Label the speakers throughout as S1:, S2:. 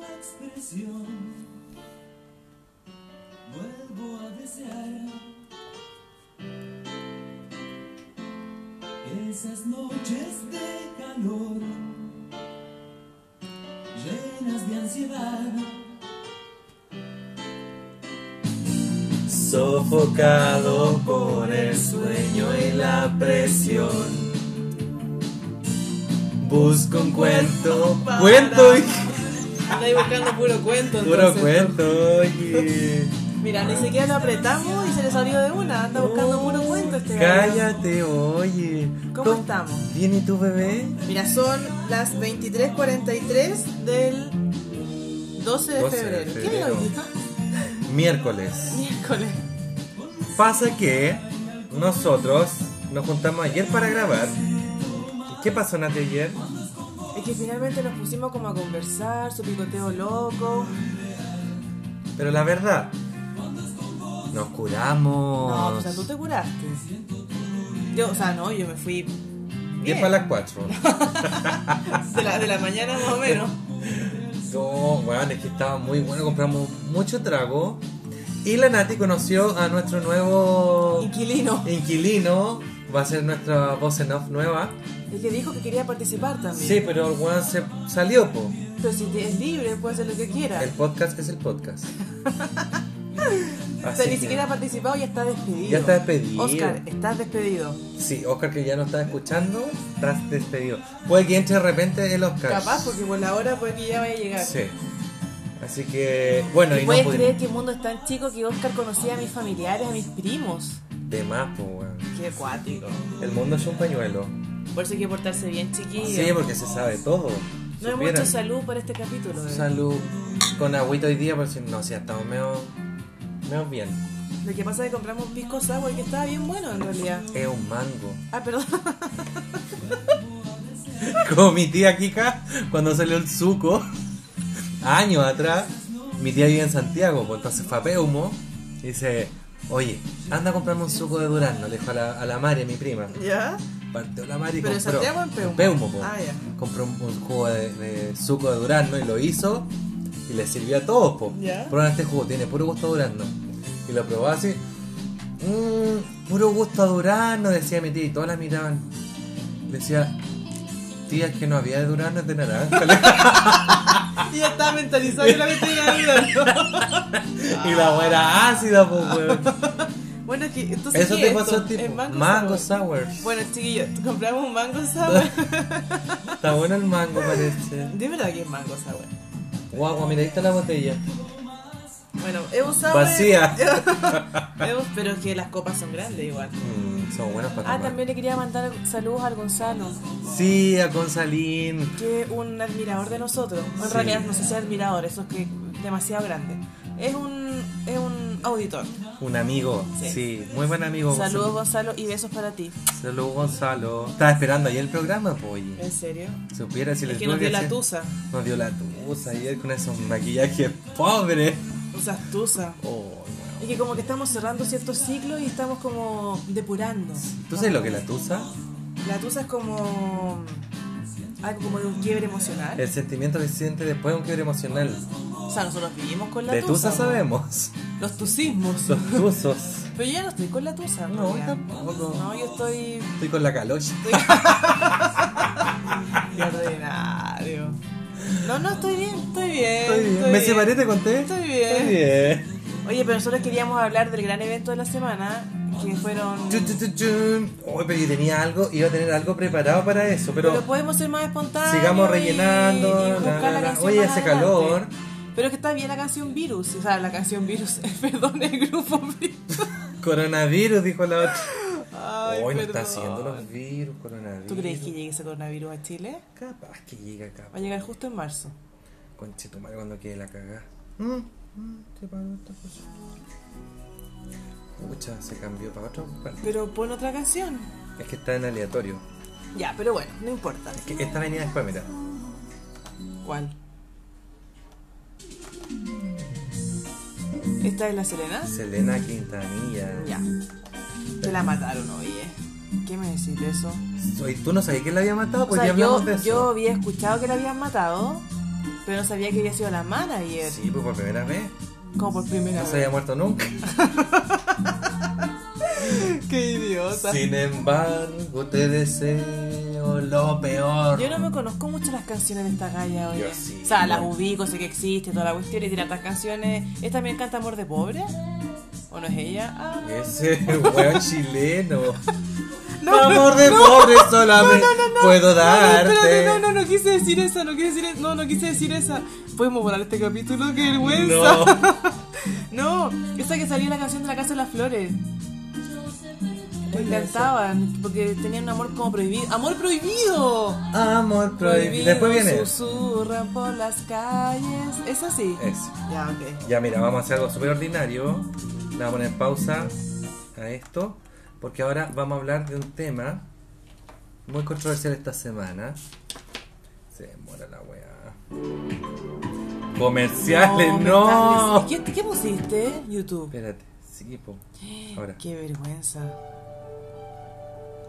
S1: expresión vuelvo a desear esas noches de calor llenas de ansiedad sofocado por el sueño y la presión Busco un cuento para
S2: Cuento, oye.
S3: Andáis buscando puro cuento.
S2: Puro
S3: entonces.
S2: cuento, oye.
S3: Mira, ni siquiera lo apretamos y se le salió de una. Anda buscando
S2: Uh,
S3: puro cuento este gallo.
S2: Cállate, oye.
S3: ¿Cómo estamos?
S2: ¿Bien y tu bebé?
S3: Mira, son las 23.43 del 12 de
S2: 12 de
S3: febrero. ¿Qué día
S2: febrero.
S3: hoy día?
S2: Miércoles.
S3: Miércoles.
S2: Pasa que nosotros nos juntamos ayer para grabar. ¿Qué pasó, Nati, ayer?
S3: Es que finalmente nos pusimos como a conversar, su picoteo loco.
S2: Pero la verdad, nos
S3: No, pues,
S2: curamos.
S3: o sea, tú te curaste. Yo, o sea, no, yo me fui.
S2: Diez
S3: bien.
S2: para las 4.
S3: de, la, de la mañana más o menos.
S2: No, bueno, es que estaba muy bueno, compramos mucho trago. Y la Nati conoció a nuestro nuevo
S3: Inquilino.
S2: inquilino. Va a ser nuestra voz en off nueva.
S3: El que dijo que quería participar también.
S2: Sí, pero el weón se salió, po.
S3: Pero si te- es libre, puede hacer lo que quiera.
S2: El podcast es el podcast.
S3: O sea,
S2: Así
S3: ni
S2: que-
S3: siquiera ha participado y está despedido.
S2: Ya está despedido.
S3: Oscar, estás despedido.
S2: Sí, Oscar que ya no está escuchando, tras despedido. Puede que entre de repente el Oscar.
S3: Capaz, porque por la hora puede que ya vaya a llegar.
S2: Sí. Así que, bueno, y,
S3: ¿Y
S2: no
S3: puedes
S2: pudi-
S3: creer que el mundo es tan chico que Oscar conocía a mis familiares, a mis primos?
S2: De más, po, weón.
S3: Qué acuático.
S2: El mundo es un pañuelo.
S3: Por eso hay que portarse bien, chiquillo.
S2: Sí, porque se sabe todo.
S3: no hay
S2: Supieran.
S3: mucho salud para este capítulo. bebé.
S2: Salud. Con agüita hoy día, pero si no, si ha estado medio, medio bien.
S3: Lo que pasa es que compramos pisco sour que estaba bien bueno en realidad.
S2: Es un mango.
S3: Ah, perdón.
S2: Como mi tía Kika, cuando salió el suco, años atrás, mi tía vive en Santiago, pues entonces fue a Peumo, y dice, oye, anda a comprarme un suco de durazno, le dijo a la, a la Mari, a mi prima.
S3: ¿Ya?
S2: Partió la Mari y
S3: ¿Pero en
S2: compró.
S3: Santiago o en Peumo?
S2: po.
S3: Ah, ya.
S2: Compró un, un jugo de, de suco de durazno y lo hizo, y le sirvió a todos, po.
S3: Ya.
S2: Prueba este jugo, tiene puro gusto a durazno. Y lo probó así, mmm, puro gusto a durazno, decía mi tía, y todas las miraban. Le decía, tía, es que no había de durazno, es de naranja.
S3: Y ya estaba mentalizado que la mente iba
S2: y la weá era ácida, po, weón.
S3: Bueno, es que entonces.
S2: Eso
S3: ¿qué
S2: te
S3: es
S2: pasó a
S3: esto?
S2: ti,
S3: Es
S2: po.
S3: mango,
S2: Mango sour.
S3: sour. Bueno, chiquillos, compramos un mango sour.
S2: Está bueno el mango, parece.
S3: De verdad que es mango sour.
S2: Guau, mira, ahí está la botella.
S3: Bueno, es un sour.
S2: Vacía.
S3: es un- Pero es que las copas son grandes igual.
S2: Mm, son buenas para
S3: Ah,
S2: tomar.
S3: también le quería mandar saludos al Gonzalo,
S2: Sí, a Gonzalín.
S3: que es un admirador de nosotros. En
S2: Sí.
S3: realidad, no sé si admirador, eso es que demasiado grande. Es un, es un auditor.
S2: Un amigo, sí.
S3: Sí.
S2: muy buen amigo.
S3: Saludos, Gonzalo, y besos para ti.
S2: Gonzalo. Saludos, Gonzalo. Estaba esperando ayer el programa, pues. oye.
S3: ¿En serio?
S2: Supiera si les
S3: Es que nos dio la
S2: tusa.
S3: tusa.
S2: Nos dio la tusa ayer con esos maquillajes pobres.
S3: Usas tusa.
S2: Oh, bueno.
S3: Es que como que estamos cerrando ciertos ciclos y estamos como depurando.
S2: ¿Tú sabes lo que es la tusa?
S3: La tusa es como algo como de un quiebre emocional.
S2: El sentimiento que se siente después de un quiebre emocional.
S3: O sea, nosotros vivimos con la
S2: De tusa
S3: po.
S2: sabemos.
S3: Los tusismos.
S2: Los tusos.
S3: Pero yo ya no estoy con la tusa.
S2: No,
S3: amiga.
S2: tampoco.
S3: No, yo estoy
S2: Estoy con la calocha.
S3: de ordinario. No, no, estoy bien, estoy bien.
S2: Estoy bien. ¿Me separé? ¿Te conté?
S3: Estoy bien.
S2: Estoy bien.
S3: Oye, pero nosotros queríamos hablar del gran evento de la semana, que fueron...
S2: Chun, chun, chun, chun. Oh, pero yo tenía algo, iba a tener algo preparado para eso, pero...
S3: Pero podemos ser más espontáneos.
S2: Sigamos
S3: y-
S2: rellenando,
S3: y
S2: la,
S3: buscar
S2: la,
S3: la
S2: la.
S3: canción
S2: Oye,
S3: más
S2: hace
S3: adelante.
S2: calor.
S3: Pero es que está bien la canción Virus. O sea, la canción Virus. Perdón, el grupo Virus.
S2: Coronavirus, dijo la otra.
S3: Ay,
S2: Hoy no
S3: perdón.
S2: está haciendo los virus, coronavirus.
S3: ¿Tú crees que llegue ese coronavirus a Chile?
S2: Capaz que llega acá.
S3: Va a llegar justo en marzo.
S2: Conche tu madre cuando quede la cagada. Mm, mm, se paró esta cosa. Pucha, se cambió para otro. parte.
S3: Pero pon otra canción.
S2: Es que está en aleatorio.
S3: Ya, pero bueno, no importa.
S2: Es que esta venía después, mira.
S3: ¿Cuál? ¿Esta es la Selena?
S2: Selena Quintanilla.
S3: Ya. Te la mataron, oye. ¿Qué me decís de eso?
S2: Oye, ¿Tú no sabías que la había matado?
S3: O
S2: Pues
S3: sea,
S2: ya hablamos
S3: yo,
S2: de eso.
S3: yo había escuchado que la habían matado, Pero no sabía que había sido la manager.
S2: Sí, pues por primera vez.
S3: Como por primera
S2: No se
S3: vez.
S2: había muerto nunca.
S3: Qué idiota.
S2: Sin embargo, te deseo lo peor.
S3: Yo no me conozco mucho las canciones de esta galla, oye.
S2: Yo sí.
S3: o sea, las
S2: Bueno.
S3: ubico, sé que existe, toda la cuestión, y tiene tantas canciones. ¿Esta también canta Amor de Pobre? ¿O no es ella? Ah.
S2: Ese weón chileno.
S3: No,
S2: Amor de pobre solamente puedo darte.
S3: espérate, no, no, no quise decir esa, no quise decir esa, no, no quise decir esa. Podemos borrar este capítulo, qué vergüenza. No, esa que salió en la canción de la Casa de las Flores. Me encantaban, porque tenían un amor como prohibido. ¡Amor prohibido!
S2: No. Amor prohibido. Después viene.
S3: Susurran por las calles. Es así.
S2: Eso.
S3: Ya, ok.
S2: Ya, mira, vamos a hacer algo súper ordinario. Le vamos a poner pausa a esto. Porque ahora vamos a hablar de un tema muy controversial esta semana. Se demora la weá. Comerciales, no.
S3: me estás- ¿Qué, qué pusiste? YouTube.
S2: Espérate, sí, po. Eh, Ahora.
S3: Qué vergüenza.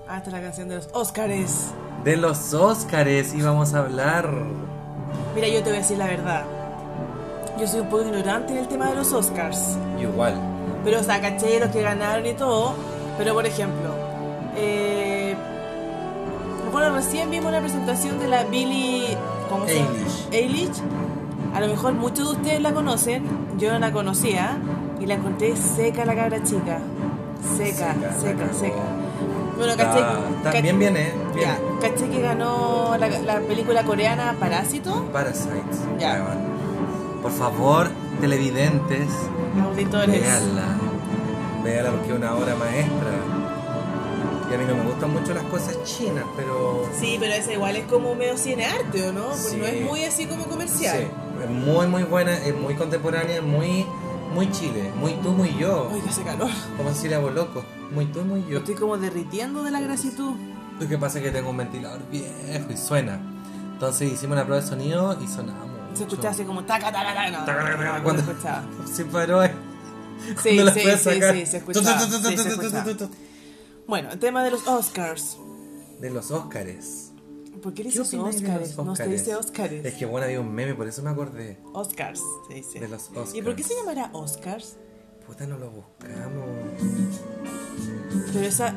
S3: Ah, esta es la canción de los Óscares.
S2: De los Óscares íbamos a hablar.
S3: Mira, yo te voy a decir la verdad. Yo soy un poco ignorante en el tema de los Oscars.
S2: Igual.
S3: Pero, o sea, caché los que ganaron y todo. Pero, por ejemplo, eh, bueno, recién vimos la presentación de la Billie ¿cómo se llama?
S2: Eilish.
S3: Eilish. A lo mejor muchos de ustedes la conocen. Yo no la conocía y la encontré seca la cabra chica. Seca,
S2: la
S3: seca,
S2: cagó.
S3: seca. Bueno,
S2: Está-
S3: caché.
S2: está-
S3: caché-
S2: bien Ah, viene, eh, viene.
S3: Ya, caché que ganó la, la película coreana Parásito.
S2: Parasites.
S3: Ya.
S2: weón. Por favor, televidentes,
S3: Auditores.
S2: véanla. Véanla porque es una obra maestra. Y a mí no me gustan mucho las cosas chinas, pero.
S3: Sí, pero esa igual es como medio cine arte, ¿o no? Porque
S2: Sí.
S3: no es muy así como comercial.
S2: Sí, es muy, muy buena, es muy contemporánea, es muy, muy chile. Muy tú, muy yo.
S3: Ay, que hace calor.
S2: Como Cecilia Boloco. Muy tú, muy
S3: Yo
S2: yo.
S3: estoy como derritiendo de la gratitud.
S2: Lo que pasa es que tengo un ventilador viejo y suena. Entonces hicimos una prueba de sonido y sonaba mucho.
S3: Se escuchaba así como taca, taca, taca. No,
S2: Taca, taca, taca,
S3: no, no
S2: cuando-
S3: se escuchaba.
S2: Se paró. eh.
S3: Sí,
S2: No la
S3: sí,
S2: puedes
S3: sí,
S2: sacar.
S3: sí, se escuchaba.
S2: Tu, tu, tu,
S3: sí, se
S2: tu, tu, tu,
S3: escuchaba.
S2: tu, tu,
S3: Bueno, el tema de los Oscars.
S2: tu. De los Óscares.
S3: ¿Por qué le
S2: ¿Qué
S3: dices
S2: opináis de
S3: Oscars?
S2: los
S3: No se
S2: Óscares?
S3: dice Oscars.
S2: Es que bueno, había un meme, por eso me acordé.
S3: Oscars, se dice.
S2: De los Oscars.
S3: ¿Y por qué se llamará Oscars?
S2: Puta, no lo buscamos.
S3: Pero esa,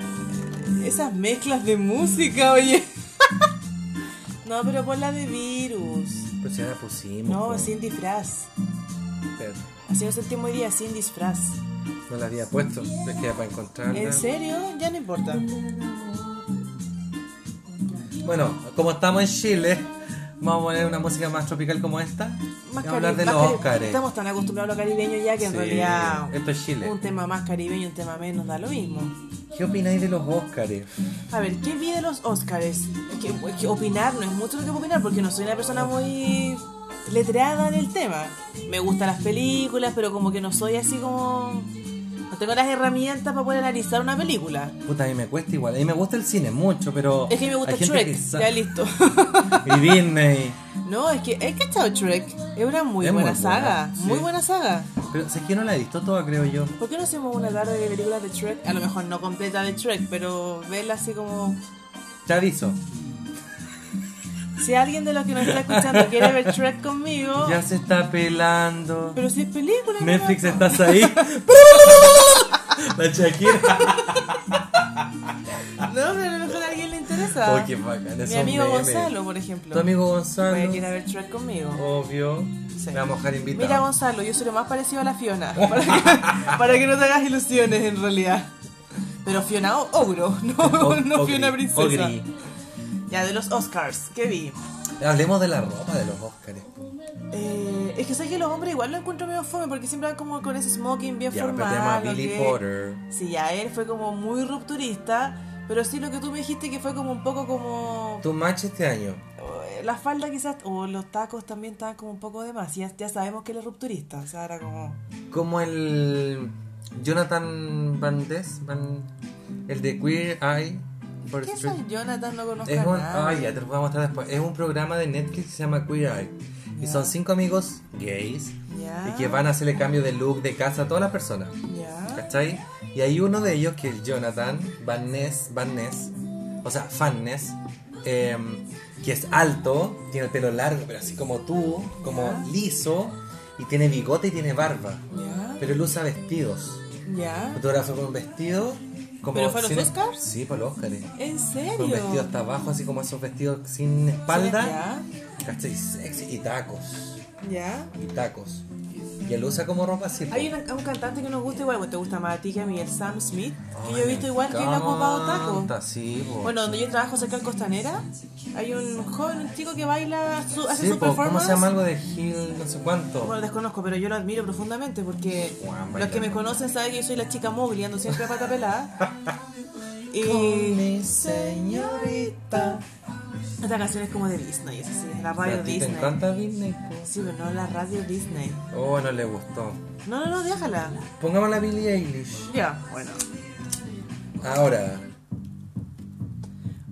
S3: esas mezclas de música, oye. no, pero por la de virus.
S2: Pero si ya la pusimos.
S3: No,
S2: po.
S3: sin disfraz.
S2: Pero
S3: Así nos sentimos hoy día, sin disfraz.
S2: no la había puesto. Es que ya para encontrarla.
S3: ¿En serio? Ya no importa.
S2: Bueno, como estamos en Chile, vamos a poner una música más tropical como esta. y
S3: Más
S2: vamos a hablar
S3: cari-
S2: de
S3: más
S2: los
S3: cari-
S2: Óscares.
S3: Estamos tan acostumbrados a lo caribeño ya que en
S2: Sí,
S3: realidad
S2: Esto es Chile.
S3: un tema más caribeño, un tema menos, da lo mismo.
S2: ¿Qué opináis de los Óscares?
S3: A ver, ¿qué vi de los Oscars? Es que, es que opinar no es mucho lo que puedo opinar porque no soy una persona muy letrada en el tema. Me gustan las películas, pero como que no soy así como... No tengo las herramientas para poder analizar una película.
S2: Puta, a mí me cuesta igual. A mí me gusta el cine mucho, pero.
S3: Es que me gusta
S2: hay gente
S3: Shrek,
S2: que sa-
S3: ya listo.
S2: Y Disney.
S3: no, es que he cachado Shrek. Es una muy
S2: Es muy
S3: buena
S2: buena,
S3: saga,
S2: sí.
S3: muy buena saga.
S2: Pero sé que no la he visto toda, creo yo.
S3: ¿Por qué no hacemos una tarde de películas de Shrek? A lo mejor no completa de Shrek, pero verla así como...
S2: Te aviso.
S3: Si alguien de los que nos está escuchando quiere ver Shrek conmigo...
S2: Ya se está pelando.
S3: Pero si es película... ¿no?
S2: Netflix, estás ahí. la Shakira.
S3: No, pero a lo mejor a alguien le interesa.
S2: Oh, qué bacán,
S3: Mi
S2: esos
S3: amigo
S2: memes.
S3: Gonzalo, por ejemplo.
S2: Tu amigo
S3: Puede
S2: Gonzalo. Oh,
S3: que ir a ver Shrek conmigo.
S2: Obvio.
S3: Sí.
S2: Le vamos a dejar invitado.
S3: Mira, Gonzalo, yo soy lo más parecido a la Fiona. Para que, para que no te hagas ilusiones, en realidad. Pero Fiona o- Ogro, no,
S2: O-
S3: no
S2: Ogri,
S3: Fiona Princesa.
S2: Ogri.
S3: Ya, de los Oscars, ¿qué vi?
S2: Hablemos de la ropa de los Óscares. po.
S3: Eh, es que sé que los hombres igual lo encuentro medio fome porque siempre van como con ese smoking bien
S2: Ya, pero
S3: formal.
S2: tenemos a
S3: lo
S2: Billy
S3: que-
S2: Porter.
S3: Sí, ya él fue como muy rupturista, pero sí lo que tú me dijiste que fue como un poco como
S2: Tu match este año.
S3: eh, la falda quizás o los tacos también estaban como un poco de más. Ya, ya sabemos que él es rupturista, o sea, era como
S2: Como el Jonathan Van Ness, Van- el de Queer Eye for
S3: ¿Qué es
S2: Street.
S3: el Jonathan? No conozco
S2: Es
S3: a
S2: un,
S3: nadie.
S2: ay, ya te lo voy a mostrar después. Es un programa de Netflix que se llama Queer Eye. Y son cinco amigos gays
S3: Ya.
S2: y que van a hacerle cambio de look, de casa a todas las personas.
S3: Ya.
S2: ¿Cachai? Y hay uno de ellos que es Jonathan Van Ness, Van Ness, o sea, Van Ness, em, que es alto, tiene el pelo largo, pero así como tú, como
S3: Ya.
S2: liso, y tiene bigote y tiene barba.
S3: Ya.
S2: Pero él usa vestidos.
S3: Ya.
S2: Fotógrafo con un vestido. Como
S3: ¿Pero fue a los
S2: sin-
S3: Oscars?
S2: Sí, para los Oscars.
S3: ¿En serio?
S2: Con vestido hasta abajo, así como esos vestidos sin espalda.
S3: ¿Ya?
S2: ¿Cachai? Sexy. Y tacos.
S3: ¿Ya?
S2: Y tacos. Y él usa como ropa así. po.
S3: Hay una- un cantante que nos gusta igual, bueno, te gusta más a ti que a mí, el Sam Smith, que yo
S2: Ay,
S3: he visto
S2: me
S3: igual que él ha ocupado tacos.
S2: encanta, Sí, po.
S3: Bueno, donde yo trabajo cerca de Costanera, hay un joven, un chico que baila, su- hace
S2: Sí,
S3: su
S2: po,
S3: performance.
S2: ¿cómo se llama algo de Gil? No sé cuánto.
S3: Bueno, lo desconozco, pero yo lo admiro profundamente porque
S2: Juan,
S3: los
S2: bailando.
S3: que me conocen saben que yo soy la chica Mowgli, ando siempre a pata pelada. y
S2: señorita.
S3: esta canción es como de Disney, es así, de la radio
S2: ¿A ti te
S3: Disney.
S2: encanta Disney?
S3: Sí, pero no la radio Disney.
S2: Oh, no le gustó.
S3: No, no, no, déjala.
S2: Pongamos la Billie Eilish.
S3: Ya, bueno.
S2: Ahora.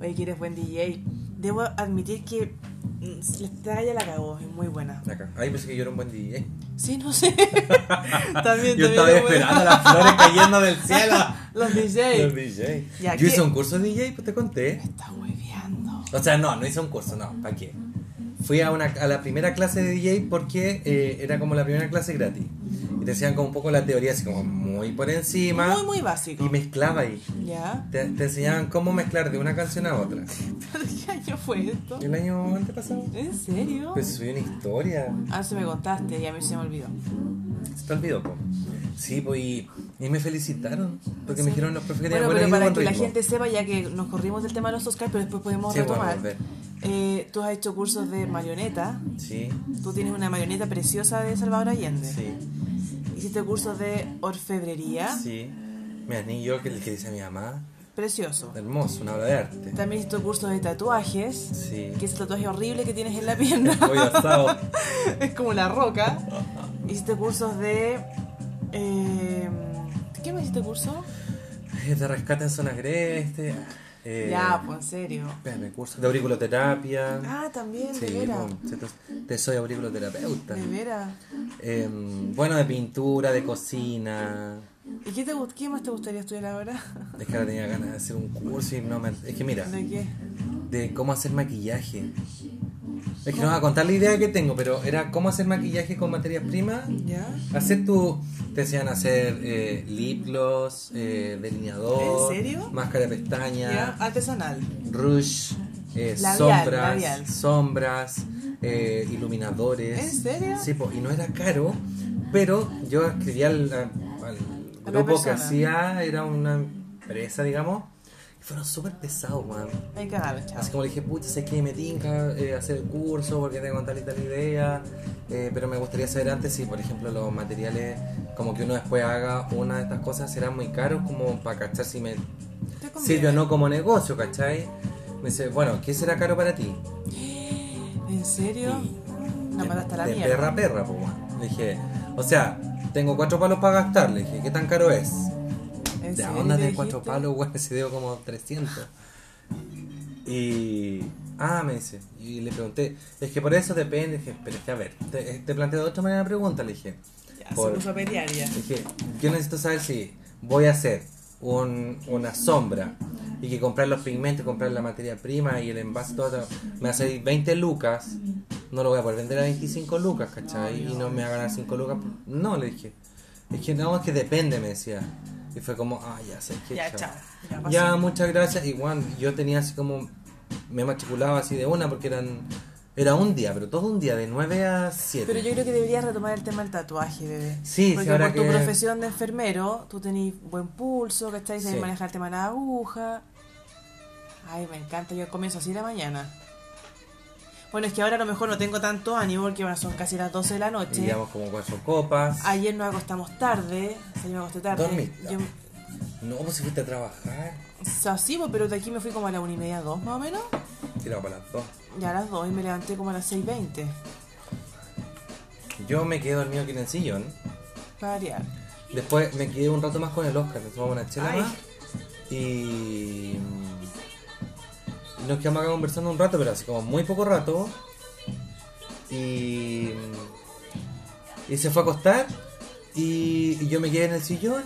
S3: Oye, que eres buen DJ. Debo admitir que mm, la estrella la cagó, es muy buena.
S2: Acá. Ay, pensé que yo era un buen DJ.
S3: Sí, no sé. también,
S2: Yo
S3: también
S2: estaba
S3: es buena.
S2: esperando las flores cayendo del cielo.
S3: Los
S2: Los
S3: DJs.
S2: DJ.
S3: Ya,
S2: Yo
S3: ¿qué?
S2: hice un curso de DJ, pues te conté.
S3: Está hueveando.
S2: O sea, no, no hice un curso, no, ¿para qué? Fui a, una, a la primera clase de DJ porque eh, era como la primera clase gratis. Y te decían como un poco la teoría, así como muy por encima.
S3: Muy, muy básico.
S2: Y mezclaba ahí.
S3: ¿Ya?
S2: Te, te enseñaban cómo mezclar de una canción a otra.
S3: ¿Qué año fue esto?
S2: El año antepasado.
S3: ¿En serio?
S2: Pues subí una historia.
S3: Ah, se me contaste y a mí se me olvidó.
S2: Se te olvidó, po. Sí, pues y, y me felicitaron. Porque me dijeron los profes que
S3: Bueno,
S2: tenían
S3: pero
S2: buena idea
S3: para que
S2: y
S3: la
S2: buen ritmo.
S3: gente sepa, ya que nos corrimos del tema de los Oscars, pero después podemos
S2: Sí, bueno,
S3: retomar.
S2: volver.
S3: Eh, tú has hecho cursos de marioneta.
S2: Sí,
S3: Tú tienes una marioneta preciosa de Salvador Allende.
S2: sí,
S3: Hiciste cursos de orfebrería.
S2: sí. Mi anillo, que el que dice mi mamá.
S3: Precioso.
S2: Hermoso, una obra de arte.
S3: También hiciste cursos de tatuajes.
S2: Sí.
S3: Que ese tatuaje horrible que tienes en la pierna.
S2: Voy asado.
S3: es como la roca. Hiciste cursos de. eh, ¿Qué me hiciste curso?
S2: Eh, Te rescata en zona agreste. Eh,
S3: Ya, pues en serio.
S2: espérame, curso de auriculoterapia.
S3: Ah, también,
S2: sí, pues,
S3: de veras.
S2: bueno, sí, te- te soy auriculoterapeuta.
S3: De veras.
S2: Eh, bueno, de pintura, de cocina.
S3: ¿Y qué, te, gust- qué más te gustaría estudiar ahora?
S2: Es que ahora tenía ganas de hacer un curso y no me. Es que mira,
S3: ¿De qué?
S2: de cómo hacer maquillaje. Es que no voy a contar la idea que tengo, pero era cómo hacer maquillaje con materias primas
S3: ¿Ya?
S2: Hacer tu. Te enseñan a hacer eh, lip gloss, eh, delineador,
S3: ¿En serio?
S2: máscara de pestaña,
S3: ¿Ya? Artesanal.
S2: rouge, eh,
S3: Labial,
S2: sombras,
S3: labial.
S2: sombras, eh, iluminadores.
S3: ¿En serio?
S2: Sí, po, y no era caro, pero yo escribí al, al- al
S3: A la
S2: grupo que
S3: persona.
S2: hacía, era una empresa, digamos, y fueron súper pesados, man.
S3: Hay que agarrar,
S2: Así
S3: chao.
S2: como le dije, pucha, sé que me tinca eh, hacer el curso porque tengo tal y tal idea, eh, pero me gustaría saber antes si, por ejemplo, los materiales, como que uno después haga una de estas cosas, serán muy caros como para cachar si me
S3: ¿Te conviene?
S2: sirve o no como negocio, ¿cachai? Me dice, bueno, ¿qué será caro para ti?
S3: ¿En serio? No, para hasta la
S2: de
S3: mierda.
S2: perra a perra, pues, bueno. Le dije, o sea, tengo cuatro palos para gastar, le dije, ¿qué tan caro es?
S3: ¿En
S2: De
S3: serio
S2: onda
S3: te
S2: de cuatro
S3: dijiste?
S2: palos, güey, se dio como 300. Y. Ah, me dice. Y le pregunté, es que por eso depende. Dije, pero es que a ver, te, eh, te planteo de otra manera la pregunta. Le dije,
S3: Ya, se
S2: Por-
S3: puso a pelear ya.
S2: le dije, yo necesito saber si voy a hacer un- una sombra y que comprar los pigmentos, comprar la materia prima y el envase, todo. todo, Me hace 20 lucas, no lo voy a poder vender a 25 lucas, ¿cachai? Y no me va a ganar 5 lucas. No, le dije. Es que no, es que depende, me decía. Y fue como, ah, ya sé que
S3: Ya, chao. Ya, pasó.
S2: ya, muchas gracias. Igual yo tenía así como. Me matriculaba así de una porque eran. Era un día, pero todo un día, de 9 a 7.
S3: Pero yo creo que deberías retomar el tema del tatuaje, bebé.
S2: Sí, sí,
S3: Porque
S2: ahora
S3: por tu
S2: que-
S3: profesión de enfermero, tú tenés buen pulso, ¿cachai? Sabés
S2: Sí.
S3: manejar el tema de la aguja. Ay, me encanta, yo comienzo así la mañana. Bueno, es que ahora a lo mejor no tengo tanto ánimo porque ahora son casi las 12 de la
S2: Y
S3: noche.
S2: llevamos como cuatro copas.
S3: Ayer nos acostamos tarde, o sea, yo me acosté tarde.
S2: ¿Dormiste?
S3: Yo-
S2: No, pues si fuiste a trabajar.
S3: o sea, sí, pues, pero de aquí me fui como a la 1 y media, 2 más o menos.
S2: Tiraba para las dos.
S3: Ya a las 2 y me levanté como a las 6.20.
S2: Yo me quedé dormido aquí en el sillón.
S3: Para variar.
S2: Después me quedé un rato más con el Oscar. Nos tomamos una chela
S3: Ay.
S2: más. Y. y Nos quedamos acá conversando un rato, pero así como muy poco rato. Y. Y se fue a acostar. Y, y yo me quedé en el sillón.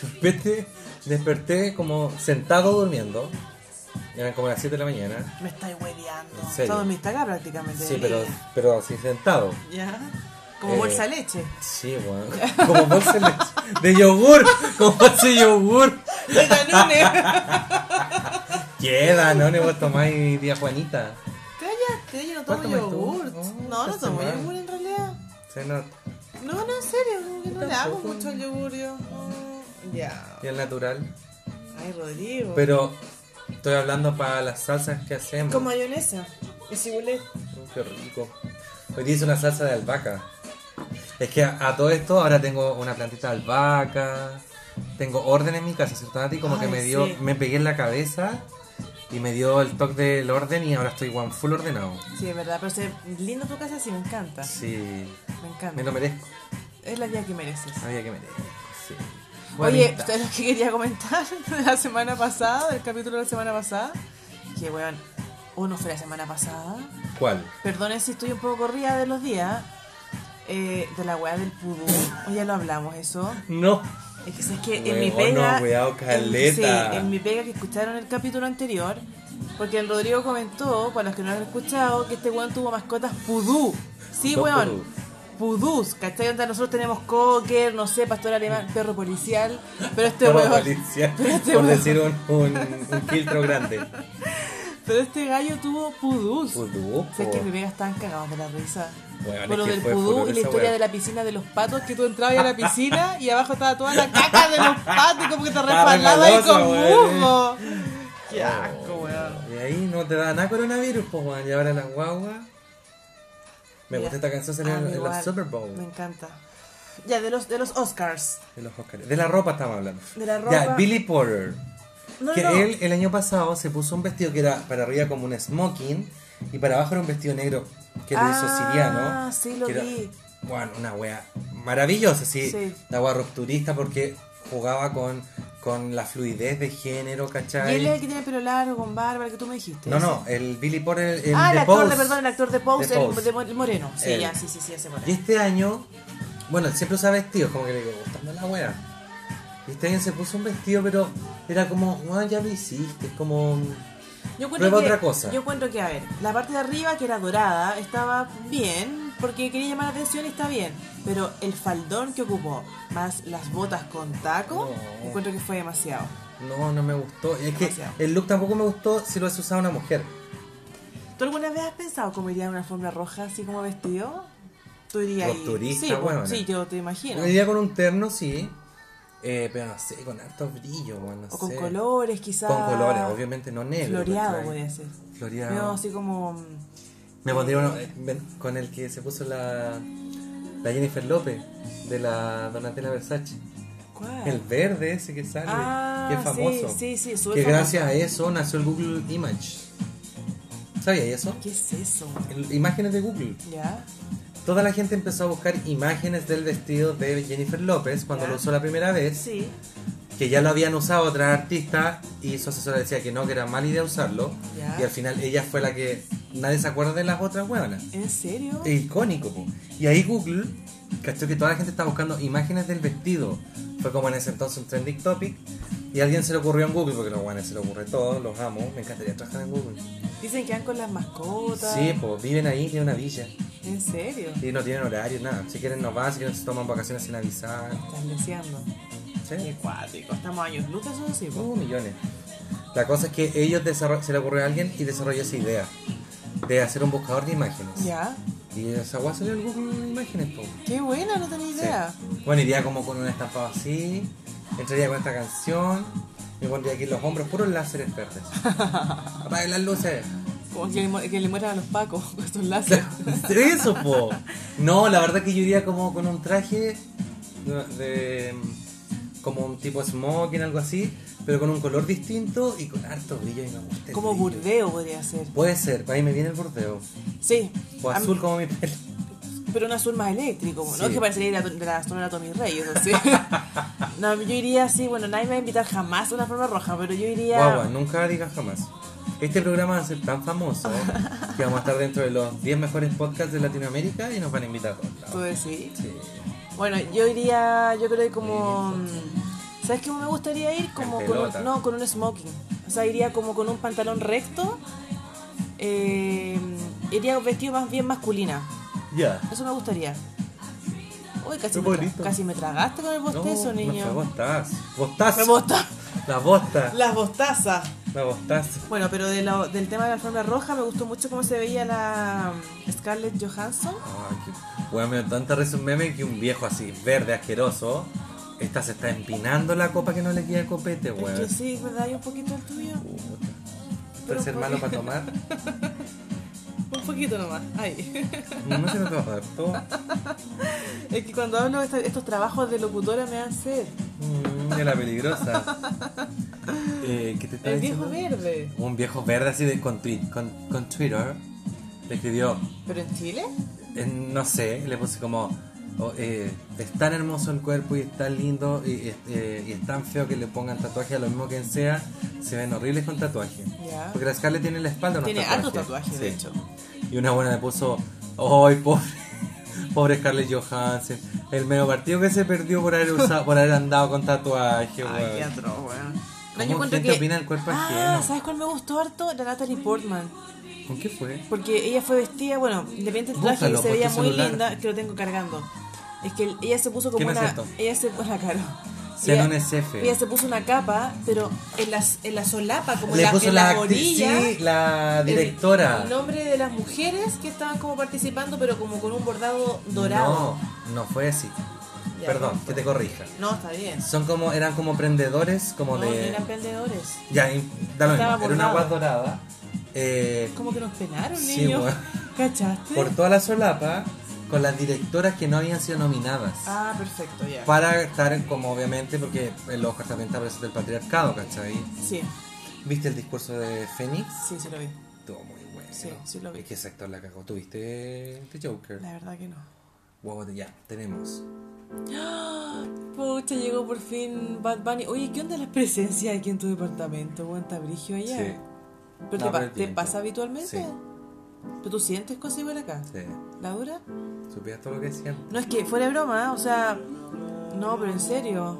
S2: De repente desperté como sentado durmiendo. Eran como las 7 de la mañana.
S3: Me estáis hueleando.
S2: ¿En serio?
S3: Todo en mi estaca prácticamente.
S2: Sí, pero, pero así sentado.
S3: Ya. Como
S2: Eh.
S3: bolsa de leche.
S2: Sí, bueno. Como bolsa de, leche- de yogur. Como bolsa de yogur.
S3: De Danone.
S2: Queda, no le voy a tomar y día Juanita.
S3: Cállate, yo no
S2: ¿Cuál
S3: tomo
S2: tomas tú?
S3: yogur.
S2: No,
S3: No, no
S2: estás
S3: tomo
S2: mal.
S3: yogur en realidad.
S2: Se no-
S3: No, no, en serio, como que no le hago
S2: tampoco.
S3: mucho al yogur yo. No. Ya.
S2: y el natural.
S3: Ay, Rodrigo.
S2: Pero estoy hablando para las salsas que hacemos.
S3: Con mayonesa. Y cibulet.
S2: Mm, Qué rico. Hoy día hice una salsa de albahaca. Es que a, a todo esto ahora tengo una plantita de albahaca. Tengo orden en mi casa, ¿cierto, Nati? Como que
S3: Ay,
S2: me dio,
S3: sí.
S2: me pegué en la cabeza y me dio el toque del orden y ahora estoy one full ordenado.
S3: Sí, es verdad, pero se, lindo tu casa, sí, me encanta.
S2: Sí,
S3: Me encanta.
S2: me lo merezco.
S3: Es la vida que mereces.
S2: Había que merezco, sí.
S3: Oye,
S2: Bonita.
S3: ustedes lo que quería comentar de la semana pasada, del capítulo de la semana pasada, que weón, uno fue la semana pasada.
S2: ¿Cuál?
S3: Perdonen si estoy un poco corrida de los días, eh, de la weá del pudú. Hoy ya lo hablamos eso.
S2: No.
S3: Es que es que en mi
S2: Weón,
S3: pega.
S2: no, weao, caleta.
S3: En, sí, en mi pega que escucharon el capítulo anterior, porque el Rodrigo comentó, para los que no lo han escuchado, que este weón tuvo mascotas pudú. Sí,
S2: Dos
S3: weón. Pudús, ¿cachai? Onda, nosotros tenemos cocker, no sé, pastor alemán, perro policial, pero este
S2: Por
S3: weón.
S2: policía,
S3: pero este
S2: por
S3: weón-
S2: decir un, un, un filtro grande.
S3: Pero este gallo tuvo pudús.
S2: Pudú,
S3: Sé que
S2: po.
S3: mis vegas estaban cagados de la risa.
S2: Oh. Weón, es
S3: Por lo
S2: que
S3: del
S2: fue
S3: pudú
S2: furor
S3: y la
S2: esa
S3: historia
S2: weá.
S3: de la piscina de los patos, que tú entrabas ahí a la piscina y abajo estaba toda la caca de los patos, y como que te
S2: Estaba
S3: resbalabas ahí con
S2: resbaloso, weón.
S3: musgo. Qué asco, weón.
S2: Y ahí no te da nada coronavirus, pues, weón. Y ahora la guagua. Me
S3: Mira,
S2: gusta esta canción salió
S3: a
S2: en,
S3: mí
S2: en
S3: Ah, igual.
S2: los Super Bowl.
S3: Me encanta. Ya, de los, de los Oscars.
S2: De los Oscars. De la ropa estamos hablando.
S3: De la
S2: Ya,
S3: ropa.
S2: Billy Porter.
S3: No,
S2: que
S3: no.
S2: él el año pasado se puso un vestido que era para arriba como un smoking y para abajo era un vestido negro que lo hizo
S3: Ah,
S2: siriano.
S3: sí, lo
S2: que era-
S3: vi.
S2: bueno, una wea maravillosa, sí.
S3: Sí.
S2: La wea rupturista porque jugaba con, con la fluidez de género,
S3: Y
S2: ¿cachai?
S3: él es el que tiene pelo largo, con barba, que tú me dijiste.
S2: No, no, el Billy Porter. El
S3: ah, el
S2: de
S3: actor, de,
S2: Pose.
S3: perdón, el actor de Pose,
S2: De
S3: el,
S2: Pose.
S3: de mo- el moreno. Sí,
S2: Él.
S3: ya, sí, sí, sí, ese
S2: Y
S3: moreno.
S2: este año, bueno, él siempre usa vestidos, como que le digo, gustando la wea. Y este año se puso un vestido, pero era como, no, ya lo hiciste, es como.
S3: Yo encuentro
S2: Prueba
S3: que-
S2: otra cosa.
S3: Yo encuentro que, a ver, la parte de arriba, que era dorada, estaba bien, porque quería llamar la atención y está bien. Pero el faldón que ocupó, más las botas con taco,
S2: No.
S3: encuentro que fue demasiado.
S2: No, no me gustó. Y es que
S3: Demasiado.
S2: el look tampoco me gustó si lo hubiese usado una mujer.
S3: ¿Tú alguna vez has pensado cómo iría una alfombra roja así como vestido? Tú irías ahí.
S2: Rupturista,
S3: sí, pues,
S2: huevona.
S3: sí, yo te imagino.
S2: Una idea con un terno, sí. eh, pero no sé, con harto brillo, bueno, no
S3: O con
S2: sé.
S3: colores, quizás.
S2: Con colores, obviamente no negro.
S3: Floreado
S2: ¿cachai?
S3: podría ser.
S2: Floreado.
S3: Veo así como. mm,
S2: Me pondría uno eh, ven, con el que se puso la, la Jennifer López de la Donatella Versace.
S3: ¿Cuál?
S2: El verde ese que sale,
S3: Ah,
S2: que es famoso.
S3: sí, sí, sí, súper
S2: que
S3: famoso.
S2: gracias a eso nació el Google Image. ¿Sabías eso?
S3: ¿Qué es eso?
S2: El- imágenes de Google.
S3: ¿Ya?
S2: Toda la gente empezó a buscar imágenes del vestido de Jennifer López cuando
S3: Ya.
S2: lo usó la primera vez,
S3: Sí,
S2: que ya lo habían usado otra artista y su asesora decía que no, que era mala idea usarlo.
S3: Ya.
S2: Y al final ella fue la que nadie se acuerda de las otras hueonas.
S3: ¿en serio?
S2: Es icónico, po. Y ahí Google cachó que toda la gente estaba buscando imágenes del vestido. Fue como en ese entonces un trending topic. Y a alguien se le ocurrió en Google, porque los guanes se le ocurre todo, los amo, me encantaría trabajar en Google.
S3: Dicen que van con las mascotas.
S2: Sí, pues viven ahí, tienen una villa.
S3: ¿En serio?
S2: Y no tienen horario, nada. Si quieren no van, si quieren se toman vacaciones sin avisar.
S3: Están deseando. Qué
S2: ¿Sí?
S3: cuático. Estamos años lucas o sí, po?
S2: Uh, millones. La cosa es que ellos desarro- se le ocurrió a alguien y desarrolló esa idea de hacer un buscador de imágenes.
S3: ¿Ya?
S2: Y esa guay salió en Google Imágenes, po.
S3: Qué buena, no tenía
S2: Sí.
S3: idea.
S2: Bueno, iría como con un estampado así, entraría con esta canción, me pondría aquí los hombros puros láseres verdes. Apague las luces.
S3: Como que, le mu- que le mueran a los pacos con estos láseres.
S2: Eso, po. No, la verdad que yo iría como con un traje de, de- como un tipo smoking, algo así, pero con un color distinto y con harto brillo y me gusta. el
S3: Como
S2: brillo.
S3: burdeo podría ser.
S2: Puede ser, para ahí me viene el burdeo.
S3: Sí.
S2: O
S3: A mí-
S2: azul como mi pelo.
S3: Pero un azul más eléctrico, ¿no?
S2: Sí.
S3: Que parecería de la, de la sonora Tommy Rey, eso sí. no, yo iría así, bueno, nadie me va a invitar jamás a una forma roja, pero yo iría.
S2: Guagua, nunca digas jamás. Este programa va a ser tan famoso que vamos a estar dentro de los 10 mejores podcasts de Latinoamérica y nos van a invitar a todos
S3: Tú
S2: lados.
S3: decís.
S2: Sí.
S3: Bueno, yo iría, yo creo que como. mm, ¿Sabes qué me gustaría ir? Como
S2: En
S3: con un,
S2: pelota.
S3: no, con un smoking. O sea, iría como con un pantalón recto. eh, iría vestido más bien masculina.
S2: Ya.
S3: Eso me gustaría. Uy, casi,
S2: Qué
S3: me, tra-
S2: bonito.
S3: casi me tragaste con el bostezo, niño.
S2: No, bostaz. Bostaz.
S3: Me bosta.
S2: La bosta.
S3: Las bostazas.
S2: La bostaz.
S3: Bueno, pero de la- del tema de la alfombra roja me gustó mucho cómo se veía la um, Scarlett Johansson.
S2: Ay, qué- Weón, me dio tanta risa un meme que un viejo así, verde, asqueroso, esta se está empinando la copa que no le queda copete, weón.
S3: Es que sí, es verdad, hay un poquito el tuyo.
S2: Puta.
S3: Pero
S2: ¿Puede ser
S3: por-
S2: malo para tomar?
S3: Un poquito nomás. Ay.
S2: No se lo toma todo.
S3: Es que cuando hablo de esta- estos trabajos de locutora me dan sed.
S2: Mm, era peligrosa. Eh, ¿Qué te está
S3: El
S2: diciendo?
S3: viejo verde.
S2: Un viejo verde así de, con, twi- con, con Twitter le escribió,
S3: ¿Pero en Chile?
S2: eh, no sé, le puse como, oh, eh, es tan hermoso el cuerpo y es tan lindo y, es- eh, y es tan feo que le pongan tatuaje a lo mismo que sea, se ven horribles con tatuaje.
S3: Ya.
S2: Porque la Scarlett tiene en la espalda, unos
S3: Tiene altos tatuajes, de
S2: Sí.
S3: hecho.
S2: Y una buena le puso, ¡ay, pobre! Pobre Scarlett Johansson, el medio partido que se perdió por haber, usado, por haber andado con tatuaje,
S3: Ay, qué
S2: weón.
S3: atroz, weón. Pero
S2: ¿Cómo
S3: yo encuentro
S2: gente opina del cuerpo
S3: ah,
S2: ajeno?
S3: ¿sabes cuál me gustó harto? La Natalie Portman.
S2: ¿Con qué fue?
S3: Porque ella fue vestida, bueno, independiente del traje,
S2: Búscalo
S3: que se
S2: por
S3: veía
S2: tu
S3: muy
S2: celular.
S3: linda, que lo tengo cargando. Es que ella se puso como
S2: ¿Quién es
S3: una.
S2: esto?
S3: Ella se puso la caro.
S2: Sean
S3: Ella-
S2: un SF.
S3: Ella se puso una capa, pero en la, en la solapa, como en
S2: Le
S3: la,
S2: puso
S3: en
S2: la,
S3: la,
S2: actriz,
S3: orilla.
S2: sí, la directora.
S3: El, el nombre de las mujeres que estaban como participando, pero como con un bordado dorado.
S2: No, no fue así.
S3: Ya,
S2: Perdón,
S3: no fue.
S2: que te corrija.
S3: No, está bien.
S2: Son como, eran como prendedores, como
S3: No,
S2: de.
S3: eran vendedores.
S2: Ya, y- da lo mismo.
S3: Estaba
S2: Era una
S3: bordado.
S2: agua dorada. Eh,
S3: Como que nos penaron,
S2: Sí,
S3: niños.
S2: bueno.
S3: ¿Cachaste?
S2: por toda la solapa, con las directoras que no habían sido nominadas.
S3: Ah, perfecto, ya.
S2: Para estar como obviamente, porque el Oscar también está presente el patriarcado, ¿cachai?
S3: Sí,
S2: ¿Viste el discurso de Fénix?
S3: sí, sí lo vi.
S2: Estuvo muy bueno.
S3: Sí, sí lo vi.
S2: Es que ese actor la cagó. ¿Tuviste The Joker?
S3: La verdad que no.
S2: Wow, ya, tenemos.
S3: Pucha, llegó por fin Bad Bunny. Oye, ¿qué onda las presencias aquí en tu departamento? ¿Aguanta brigio allá?
S2: Sí. No,
S3: ¿Pero te, pa-
S2: pero es
S3: te
S2: bien.
S3: pasa habitualmente?
S2: Sí.
S3: ¿Pero tú sientes cosas igual acá?
S2: Sí.
S3: ¿La dura?
S2: ¿Supías todo lo que decían?
S3: No, es que fuera de broma, o sea... No, pero en serio.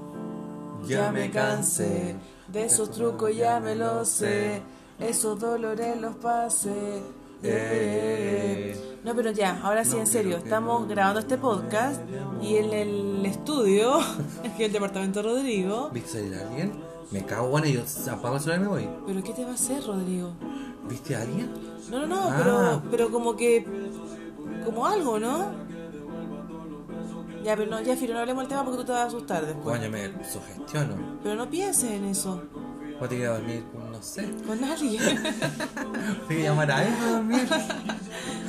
S3: Ya me cansé de esos trucos, ya me lo sé. Esos dolores los pasé.
S2: Eh.
S3: No, pero ya, ahora sí,
S2: No
S3: en serio,
S2: quiero que
S3: estamos
S2: me
S3: grabando este podcast y en el estudio, aquí en el departamento de Rodrigo.
S2: ¿Viste salir a alguien? Me cago en ellos. Apago el celular y me voy.
S3: ¿Pero qué te va a hacer, Rodrigo?
S2: ¿Viste a alguien?
S3: No, no, no,
S2: Ah.
S3: pero, pero como que. como algo, ¿no? Ya, pero no, ya, Firo, no hablemos del tema porque tú te vas a asustar después.
S2: Coño, me sugestiono.
S3: Pero no pienses en eso,
S2: ¿Cómo te quieres dormir? No sé.
S3: con nadie.
S2: Tengo que llamar a él para dormir.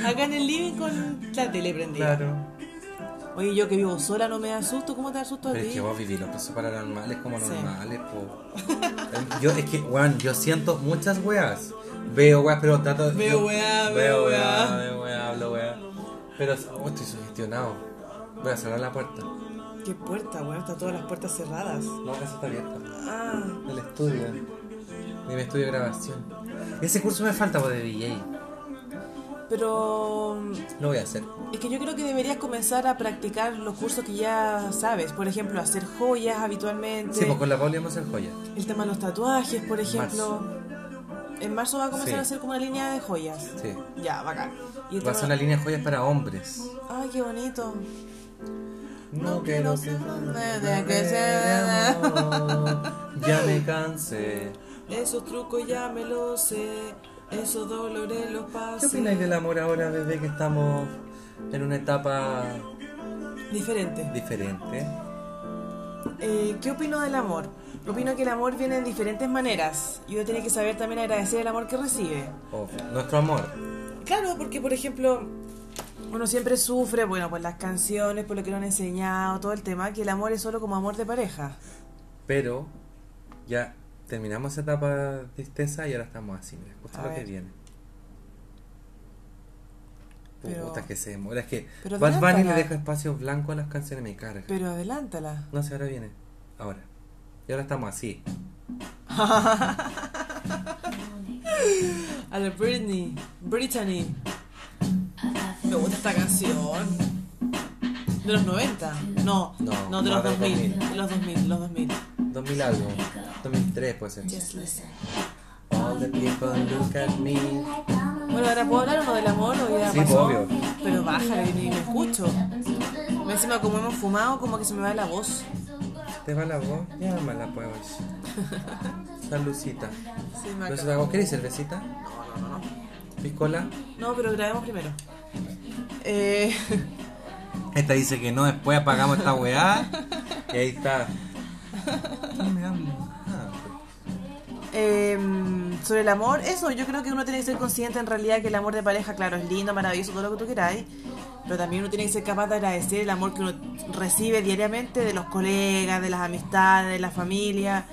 S3: Acá en el living con la tele prendida.
S2: Claro.
S3: Oye, yo que vivo sola no me asusto, ¿cómo te asusto a
S2: Pero es
S3: ti?
S2: que vos vivís los procesos paranormales como
S3: Sí.
S2: normales, po. Eh, Yo, es que, weón, yo siento muchas weas. Veo weas, pero trato de.
S3: Veo weá, veo weá.
S2: Veo weá, hablo weá. Pero, oh, estoy sugestionado. Voy a cerrar la puerta. No,
S3: ¿Qué puerta, weón? Están todas las puertas cerradas.
S2: esa está abierta.
S3: Ah,
S2: Del estudio. De mi estudio de grabación. Ese curso me falta, po, de DJ.
S3: pero mm,
S2: Lo voy a hacer.
S3: es que yo creo que deberías comenzar a practicar los cursos que ya sabes. Por ejemplo, hacer joyas habitualmente.
S2: Sí, pues con la Pauli vamos a hacer joyas.
S3: El tema de los tatuajes, por ejemplo. En marzo va a comenzar
S2: Sí.
S3: a hacer como una línea de joyas.
S2: Sí.
S3: Ya, bacán. Y el
S2: Va a ser
S3: tema-
S2: una línea de joyas para hombres.
S3: Ay, qué bonito.
S2: No quiero ser
S3: nada que sea.
S2: Ya me cansé.
S3: Esos trucos ya me los sé. Esos dolores los
S2: ¿Qué
S3: pasé.
S2: opináis del amor ahora, bebé, que estamos en una etapa
S3: Diferente.
S2: diferente?
S3: Eh, ¿Qué opino del amor? Opino que el amor viene en diferentes maneras y uno tiene que saber también agradecer el amor que recibe.
S2: O nuestro amor.
S3: Claro, porque por ejemplo, uno siempre sufre, bueno, por las canciones, por lo que le han enseñado, todo el tema, que el amor es solo como amor de pareja.
S2: Pero ya terminamos esa etapa de tristeza y ahora estamos así. Mira, escucha
S3: A
S2: lo
S3: ver.
S2: que viene.
S3: Pero-
S2: Puta, que se demora. Es que
S3: Pero
S2: Bad Bunny le
S3: adelántala.
S2: deja espacio blanco a las canciones, me carga.
S3: Pero adelántala.
S2: No sé, ahora viene. Ahora. Y ahora estamos así.
S3: A la Britney, Brittany. Me gusta esta canción. De los 90. No,
S2: No,
S3: no, de los
S2: más del
S3: 2000. De los 2000, los 2000.
S2: 2000 algo. 2003 puede ser.
S3: Just listen.
S2: all the people look at me.
S3: Bueno, ahora puedo hablar o no del amor o ya
S2: Sí,
S3: pasó.
S2: obvio.
S3: Pero baja, que ni me escucho. Me encima como hemos fumado, como que se me va la voz.
S2: ¿Te va la voz? Llámala pues. Salucita.
S3: Sí, me
S2: ¿Pero
S3: acaba.
S2: se la ¿Querés cervecita?
S3: No, no, no, no.
S2: ¿Piscola?
S3: No, pero grabemos primero. Eh,
S2: Esta dice que no, después apagamos esta weá. Y ahí está. Ah, pues, No me hablo.
S3: em, sobre el amor, eso, yo creo que uno tiene que ser consciente en realidad que el amor de pareja, claro, es lindo, maravilloso, todo lo que tú queráis. Pero también uno tiene que ser capaz de agradecer el amor que uno recibe diariamente de los colegas, de las amistades, de la familia.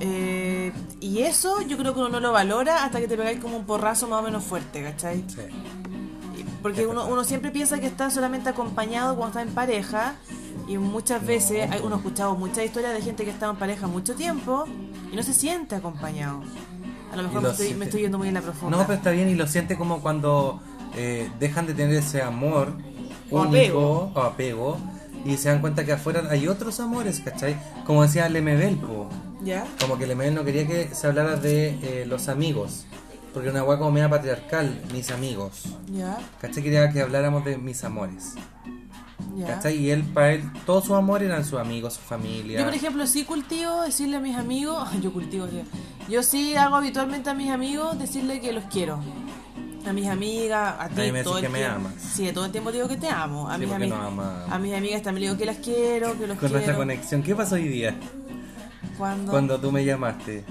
S3: Eh, y eso yo creo que uno no lo valora hasta que te pegáis como un porrazo más o menos fuerte, ¿cachai?
S2: Sí.
S3: Porque uno, uno siempre piensa que está solamente acompañado cuando está en pareja y muchas veces hay- uno ha escuchado muchas historias de gente que está en pareja mucho tiempo y no se siente acompañado. A lo mejor
S2: lo
S3: me estoy,
S2: siente.
S3: me estoy yendo muy en la profunda.
S2: No, pero está bien y lo siente como cuando eh, dejan de tener ese amor
S3: O
S2: único o apego y se dan cuenta que afuera hay otros amores, ¿cachai? Como decía Lemebel, po.
S3: ¿Ya?
S2: como que Lemebel no quería que se hablara de eh, los amigos, porque era una weá como media patriarcal, mis amigos.
S3: ¿Ya?
S2: ¿Cachai? Quería que habláramos de mis amores.
S3: ¿Ya?
S2: ¿Cachai? Y él, para él, todos sus amores eran sus amigos, su
S3: Yo,
S2: familia.
S3: por ejemplo, sí cultivo decirle a mis amigos, yo cultivo, o sea, yo sí hago habitualmente a mis amigos decirle que los quiero. A mis amigas, a ti,
S2: mí me
S3: todo
S2: decís
S3: el
S2: que me
S3: tiempo.
S2: amas.
S3: Sí, todo el tiempo digo que te amo. A,
S2: Sí,
S3: mis,
S2: porque
S3: ami-
S2: nos amamos.
S3: a mis amigas también le digo que las quiero, que los
S2: Con nuestra
S3: quiero.
S2: conexión. ¿Qué pasó hoy día?
S3: Cuando-
S2: Cuando tú me llamaste.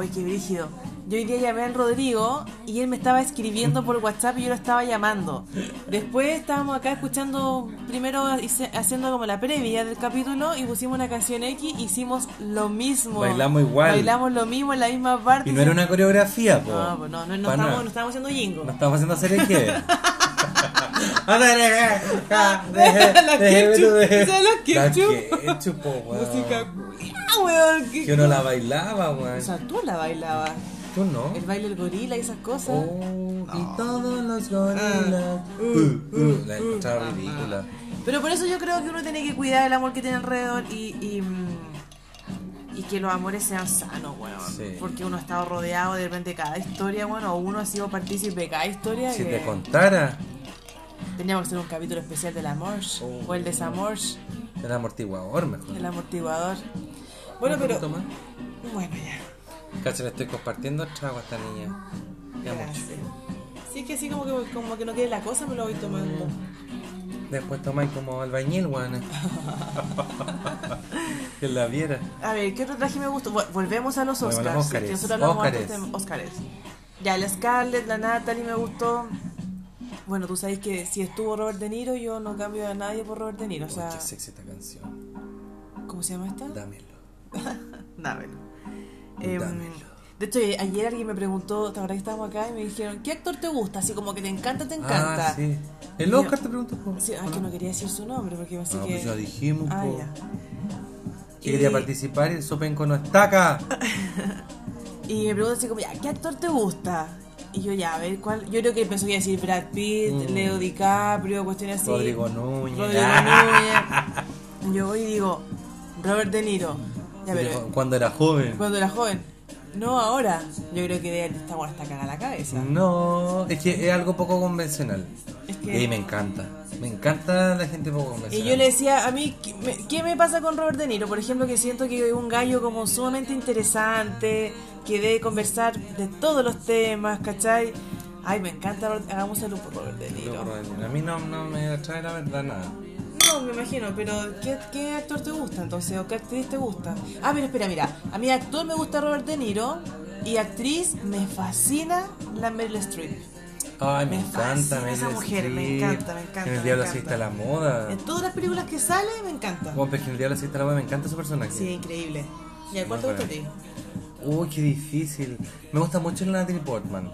S3: Ay, qué brígido. Yo hoy día llamé al Rodrigo y él me estaba escribiendo por WhatsApp y yo lo estaba llamando. Después estábamos acá escuchando, primero hice- haciendo como la previa del capítulo y pusimos una canción X, hicimos lo mismo.
S2: Bailamos igual.
S3: Bailamos lo mismo en la misma parte.
S2: Y no era una coreografía, po.
S3: No, pues no, no, no
S2: Pa'
S3: estábamos,
S2: nada.
S3: no estábamos haciendo jingo.
S2: No estamos haciendo serie que. eh,
S3: La ketchup. Esa es la ketchup.
S2: La ketchup, po, weón.
S3: Música. ¡Ah, weón! qué-
S2: Que uno la bailaba,
S3: O
S2: weón.
S3: sea, tú la bailabas.
S2: Tú no.
S3: El baile del gorila y esas cosas.
S2: Oh, y todos los gorilas.
S3: Ah.
S2: Uh, uh, la
S3: Uh, uh.
S2: encontraba ridícula.
S3: Pero por eso yo creo que uno tiene que cuidar el amor que tiene alrededor y, y, mm, y que los amores sean sanos, weón.
S2: Sí.
S3: Porque uno ha estado rodeado de repente de cada historia, bueno, o uno ha sido partícipe de cada historia.
S2: Si
S3: que
S2: te contara,
S3: Teníamos que hacer un capítulo especial del amor,
S2: Oh.
S3: o el desamor,
S2: el amortiguador mejor.
S3: el amortiguador. Bueno, pero...
S2: Toma.
S3: Bueno, ya.
S2: Cacha, le estoy compartiendo el trago a esta niña. Ya mucho.
S3: Gracias. Sí que así como que, como que no quiere la cosa, me lo voy tomando.
S2: Después tomáis como albañil, weón. que la viera.
S3: A ver, ¿qué otro traje me gustó? Vol- Volvemos a los
S2: Volvemos a
S3: Oscars.
S2: los Óscares.
S3: que nosotros hablamos antes de
S2: Óscares.
S3: Óscares. Ya, la Scarlett, la Natalie me gustó. Bueno, tú sabes que si estuvo Robert De Niro, yo no cambio a nadie por Robert De Niro. O sea,
S2: Qué sexy esta canción.
S3: ¿cómo se llama esta?
S2: Dámelo.
S3: Dámelo. Em,
S2: Dámelo.
S3: de hecho, eh, ayer alguien me preguntó, ¿te acordás que estábamos acá? Y me dijeron, ¿qué actor te gusta? Así como que te encanta, te encanta.
S2: Ah, sí. El Oscar te pregunto. po.
S3: Sí, ah, que no quería decir su nombre porque pensé
S2: No,
S3: que...
S2: pues ya dijimos,
S3: Ah,
S2: po.
S3: ya.
S2: Que quería
S3: Y-
S2: participar y el Sopenco no está acá.
S3: Y me preguntan así como, ya, ¿qué actor te gusta? Y yo, ya, a ver, ¿cuál? Yo creo que pensó que iba a decir Brad Pitt,
S2: Mm.
S3: Leo DiCaprio, cuestiones así.
S2: Rodrigo Núñez.
S3: Rodrigo Núñez. Yo voy y digo, Robert De Niro. Ya, pero
S2: Cuando era joven.
S3: cuando era joven. No ahora. Yo creo que de él está bueno, está cagada la cabeza.
S2: Mm, No, es que es algo poco convencional.
S3: Es
S2: Y
S3: que-
S2: me encanta. Me encanta la gente poco
S3: Y
S2: convencional.
S3: yo le decía a mí, ¿qué me, qué me pasa con Robert De Niro? Por ejemplo, que siento que es un gallo como sumamente interesante, que debe conversar de todos los temas, ¿cachai? Ay, me encanta, Robert- hagamos un saludo por Robert De Niro.
S2: A mí no, no me atrae la verdad nada.
S3: No, me imagino, pero ¿qué, qué actor te gusta entonces? ¿O qué actriz te gusta? Ah, pero espera, mira, a mí actor me gusta Robert De Niro y actriz me fascina la Meryl Streep.
S2: Ay, me,
S3: Me
S2: encanta.
S3: fascina
S2: Meryl
S3: esa mujer, me
S2: Streep.
S3: encanta, me encanta,
S2: En el
S3: me
S2: Diablo
S3: encanta.
S2: asiste a la moda.
S3: En todas las películas que sale me encanta.
S2: Bueno, pero es que en el Diablo asiste a la moda me encanta su personaje.
S3: Sí, increíble. ¿Y a cuál te
S2: Muy
S3: gusta a ti?
S2: buena. Uy, qué difícil. Me gusta mucho la Natalie Portman.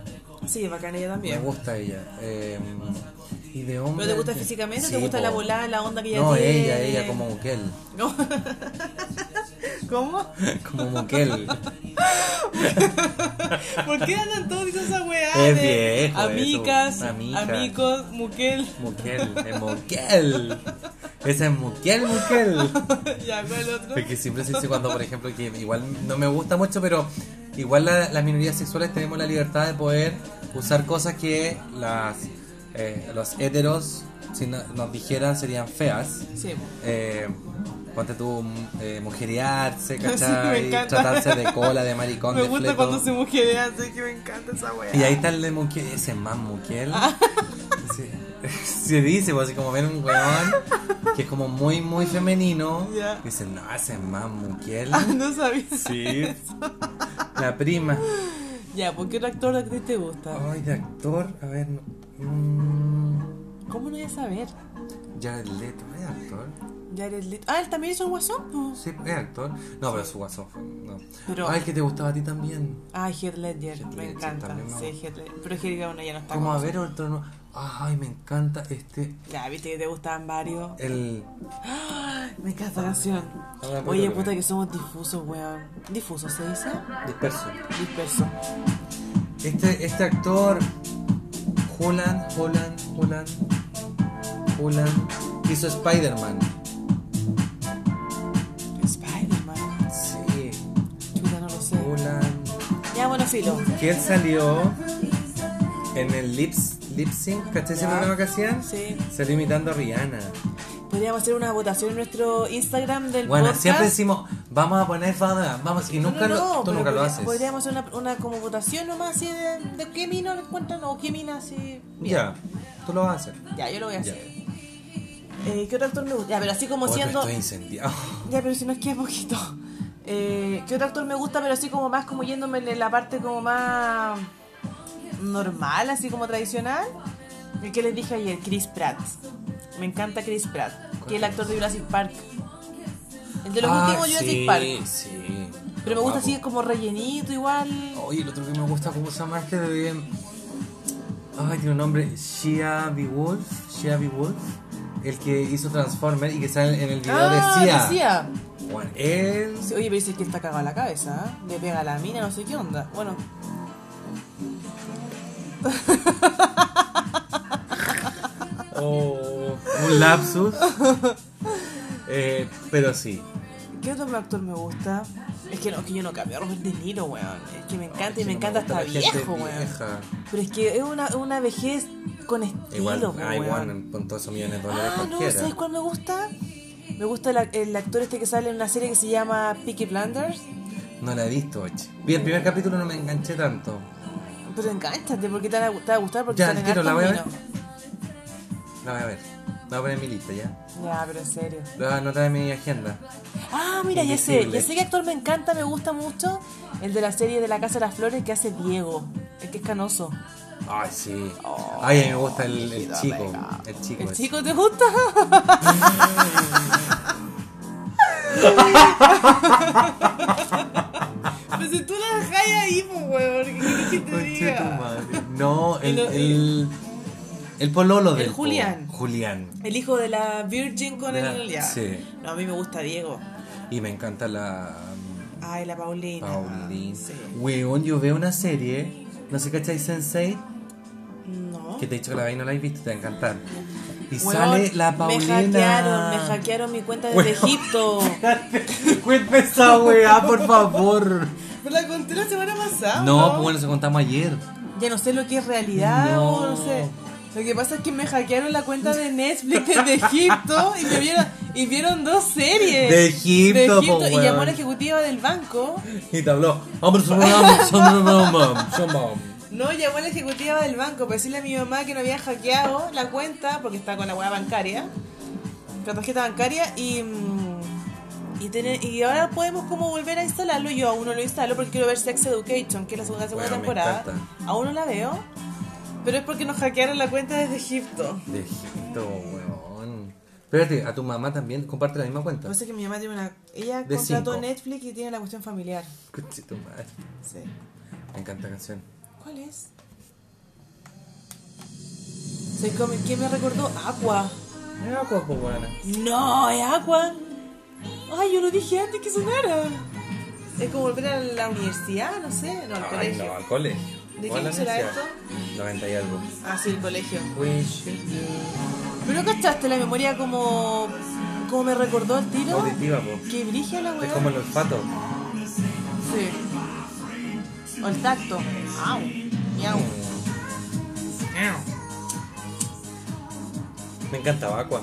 S3: Sí, bacana ella
S2: Me
S3: también.
S2: gusta ella. Eh, y de hombre.
S3: ¿Pero te gusta físicamente o te
S2: Sí,
S3: gusta
S2: po.
S3: la volada, la onda que ella
S2: No,
S3: tiene?
S2: ella, ella como Muquel.
S3: ¿No? ¿Cómo?
S2: Como Muquel.
S3: ¿Por qué andan todos con esa weá
S2: Es
S3: de
S2: viejo eso,
S3: amigas,
S2: amica.
S3: amigos, muquel?
S2: Muquel, es Muquel. Esa es Muquel, Muquel.
S3: ya, ¿cuál otro?
S2: Porque siempre se dice cuando, por ejemplo, que igual no me gusta mucho, pero igual la- las minorías sexuales tenemos la libertad de poder usar cosas que las eh, los heteros, si no- nos dijeran, serían feas.
S3: Sí, po.
S2: Eh, ponte tú mm, eh, mujerearse,
S3: Sí, me
S2: ¿cachai?
S3: encanta.
S2: Tratarse de cola, de maricón,
S3: me
S2: de
S3: gusta
S2: fleco.
S3: cuando se mujerea, así que me encanta esa wea.
S2: Y ahí está el de Mukiel, ese man Mukiel.
S3: Ah.
S2: Sí. Se dice, pues, así como ven un weón que es como muy, muy femenino.
S3: Ya.
S2: Dicen, no, ese man Mukiel.
S3: Ah, no sabía.
S2: Sí. La prima.
S3: Ya, ¿por qué otro actor o actriz te gusta?
S2: Ay, de actor, a ver. mm,
S3: ¿Cómo no voy a saber?
S2: Jared Leto, ¿es actor?
S3: Jared Leto. Ah, él también hizo el guasón. po.
S2: Sí, es actor. No, pero su guasón fue. No.
S3: Pero-
S2: Ay, que te gustaba a ti también.
S3: Ah, Heath Ledger,
S2: Heath
S3: me
S2: Ledger
S3: encanta.
S2: también me
S3: Sí,
S2: gusta.
S3: Heath Ledger. Pero Heath Ledger ya no está.
S2: Como
S3: con
S2: a ver otro no. Ay, me encanta este.
S3: nosotros. Ya, viste que te gustaban varios.
S2: El.
S3: Me encanta esta canción.
S2: Ahora me
S3: Oye,
S2: acuerdo,
S3: puta
S2: weón.
S3: que somos difusos, weón. ¿Difusos se dice?
S2: Disperso.
S3: Disperso.
S2: Este, este actor, Holland, Holland, Holland, Holland, hizo Spider-Man.
S3: Spider-Man.
S2: Sí,
S3: Chuta, no lo sé.
S2: Holland.
S3: Ya, bueno, filo.
S2: Que él salió en el lips, lip sync, ¿cachai ese
S3: Ya.
S2: programa que hacían?
S3: Sí.
S2: Salió imitando a Rihanna.
S3: Podríamos hacer una votación en nuestro Instagram del
S2: Bueno,
S3: podcast.
S2: siempre decimos, vamos a poner fada, vamos, y
S3: No,
S2: nunca
S3: no,
S2: lo,
S3: no,
S2: tú
S3: pero
S2: nunca lo
S3: podri-
S2: haces.
S3: Podríamos hacer una, una como votación nomás así de, de qué mina encuentran o qué mina así. bien.
S2: Ya, tú lo vas a hacer.
S3: Ya, yo lo voy a
S2: Ya.
S3: hacer. Eh, ¿Qué otro actor me gusta? Ya, pero así como
S2: Oh, pero
S3: siendo.
S2: estoy incendiado.
S3: Ya, pero si nos queda poquito. Eh, ¿Qué otro actor me gusta? Pero así como más como yéndome en la parte como más normal, así como tradicional. El que les dije ayer, Chris Pratt. Me encanta Chris Pratt, que es el actor de Jurassic Park. El de los
S2: Ah,
S3: últimos Jurassic
S2: sí,
S3: Park.
S2: Sí,
S3: Pero me gusta así
S2: Guapo.
S3: como rellenito igual.
S2: Oye, el otro que me gusta, ¿cómo se llama este de. Ay, tiene un nombre. Shia B. Wolf. Shia B. Wolf. El que hizo Transformer y que sale en el video
S3: Ah,
S2: de Sia.
S3: decía.
S2: Bueno, él.
S3: Sí, Oye, pero dice que está cagado la cabeza, ¿ah? Le pega la mina, no sé qué onda. Bueno.
S2: Oh, un lapsus. Eh, pero sí.
S3: ¿Qué otro actor me gusta? Es que no, es que yo no cambio a Robert De Niro, weón. Es que me encanta y
S2: Sí,
S3: me
S2: no
S3: encanta
S2: gusta
S3: hasta
S2: la gente
S3: viejo, weón.
S2: vieja.
S3: Pero es que es una, es una vejez con estilo,
S2: Igual,
S3: po,
S2: ah,
S3: weón.
S2: igual, con todos esos millones de dólares
S3: Ah, no,
S2: cualquiera.
S3: ¿sabes cuál me gusta? Me gusta el, el actor este que sale en una serie que se llama Peaky Blinders.
S2: No la he visto, oye. Vi el primer capítulo, no me enganché tanto.
S3: Pero encánchate, porque te va a te va a gustar, porque
S2: Ya,
S3: salen
S2: al tiro, la
S3: hartos
S2: voy a ver.
S3: minos.
S2: La voy a ver. La voy a poner en mi lista ya.
S3: Ya, pero en serio.
S2: La voy a anotar en mi agenda.
S3: Ah, mira, ya sé,
S2: Invisible.
S3: ya sé qué actor me encanta, me gusta mucho. El de la serie de La Casa de las Flores que hace Diego, el que es canoso.
S2: Ay, sí.
S3: Oh,
S2: Ay, a mí me gusta el, el
S3: Mijito,
S2: chico.
S3: venga.
S2: El chico.
S3: ¿El
S2: ese.
S3: chico te gusta? Pues si tú la dejáis ahí, pues, huevón, ¿qué quieres que te
S2: Conche tu
S3: diga?
S2: madre. No, el,
S3: El-
S2: el, el pololo
S3: El
S2: del po.
S3: Julián.
S2: Julián.
S3: El hijo de la Virgin con
S2: De la-
S3: el. ya.
S2: sí.
S3: No, a mí me gusta Diego.
S2: Y me encanta la
S3: Ay, la Paulina.
S2: Pauline.
S3: Sí.
S2: Weón, yo veo una serie, no sé cachai Sensei,
S3: No.
S2: que te he dicho que la veis y no la has visto, te va a encantar. Y
S3: Weón,
S2: sale la
S3: Me
S2: Paulina.
S3: hackearon, me hackearon mi cuenta desde
S2: Weón.
S3: Egipto.
S2: Cuéntame esa weá, por favor.
S3: Pero Pues la conté la semana pasada.
S2: No, pues bueno, se contamos ayer.
S3: Ya no sé lo que es realidad
S2: No.
S3: o no sé. Lo que pasa es que me hackearon la cuenta de Netflix desde Egipto y me vieron, y vieron dos series.
S2: De Egipto, pues
S3: De
S2: po,
S3: y llamó a
S2: weón.
S3: la ejecutiva del banco.
S2: Y te habló. Hombre, son mam, son mam, son mam.
S3: No, llamó a la ejecutiva del banco para decirle a mi mamá que no habían hackeado la cuenta porque está con la hueá bancaria, la tarjeta bancaria y. mm, Y, tiene- y ahora podemos como volver a instalarlo. Yo aún no lo instalo porque quiero ver Sex Education, que es la segunda, segunda
S2: Bueno, me
S3: temporada.
S2: encanta.
S3: Aún no la veo, pero es porque nos hackearon la cuenta desde Egipto.
S2: De Egipto, weón. Espérate, a tu mamá también comparte la misma
S3: Lo que
S2: cuenta.
S3: pasa es que mi mamá tiene una. Ella
S2: De
S3: contrató
S2: cinco.
S3: Netflix y tiene la cuestión familiar.
S2: Escuche tu madre.
S3: Sí.
S2: Me encanta la canción.
S3: ¿Cuál es? Soy como- ¿Quién me recordó? Aqua.
S2: Me acuerdo, weón.
S3: No, es agua. Ay, yo lo dije antes que sonara. Es como volver a la universidad, no sé, no, al
S2: Ay,
S3: colegio.
S2: no, al colegio.
S3: ¿De
S2: ¿O a
S3: qué
S2: la
S3: año será
S2: universidad? 90 y algo.
S3: Ah, sí, el colegio.
S2: Wish you
S3: Pero cachaste la memoria como, como me recordó el tiro.
S2: Auditiva, po.
S3: Que brilla la
S2: Es
S3: weá.
S2: como el olfato.
S3: Sí. O el tacto. Au. Miau.
S2: Mm. Me encantaba Aqua.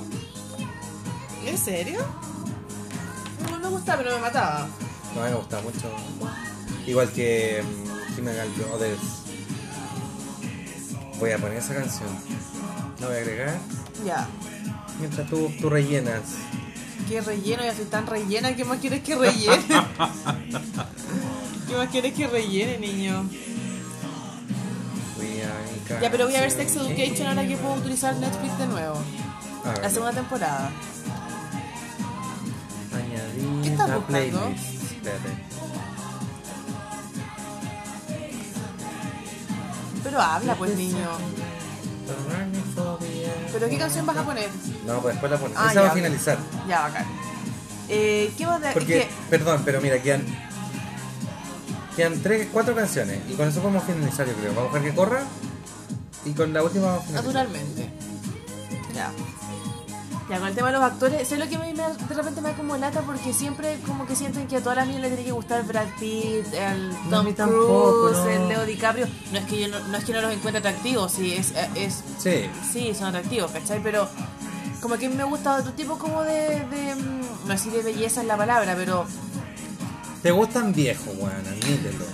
S3: ¿En serio? No me gustaba, pero me mataba.
S2: No, a mí me gustaba mucho. Igual que mm, Chemical Brothers. Voy a poner esa canción. La voy a agregar
S3: Ya.
S2: mientras tú, tú rellenas.
S3: Qué relleno, ya soy tan rellena. ¿Qué más quieres que rellene? ¿Qué más quieres que rellene, niño?
S2: Voy a
S3: Ya, pero voy a ver Sex Education ahora que puedo utilizar Netflix de nuevo.
S2: A ver,
S3: La segunda temporada.
S2: Añadir
S3: ¿Qué estás
S2: la
S3: buscando?
S2: playlist. Espérate.
S3: Pero habla, pues, niño. ¿Pero qué canción vas a poner?
S2: No, pues después la pones.
S3: Ah,
S2: Esa va
S3: ya,
S2: a
S3: ok.
S2: finalizar.
S3: Ya, bacán. Eh, ¿Qué más de.? es
S2: Porque,
S3: que-
S2: perdón, pero mira, quedan. Quedan tres, cuatro canciones. Y con eso podemos finalizar, yo creo. Vamos a dejar que corra. Y con la última vamos a finalizar.
S3: Naturalmente. Ya. Ya, con el tema de los actores, sé lo que a mí me, de repente me da como lata porque siempre como que sienten que a todas las niñas le tiene que gustar Brad Pitt, el
S2: No, a
S3: Tom
S2: mí
S3: Cruise,
S2: tampoco, no.
S3: el Leo DiCaprio. No es que yo no, no es que no los encuentre atractivos, sí, es, es
S2: Sí.
S3: sí, son atractivos, ¿cachai? Pero como que me gusta otro tipo como de, de mm, no sé si de belleza es la palabra, pero
S2: Te gustan viejos, weón, admítelo.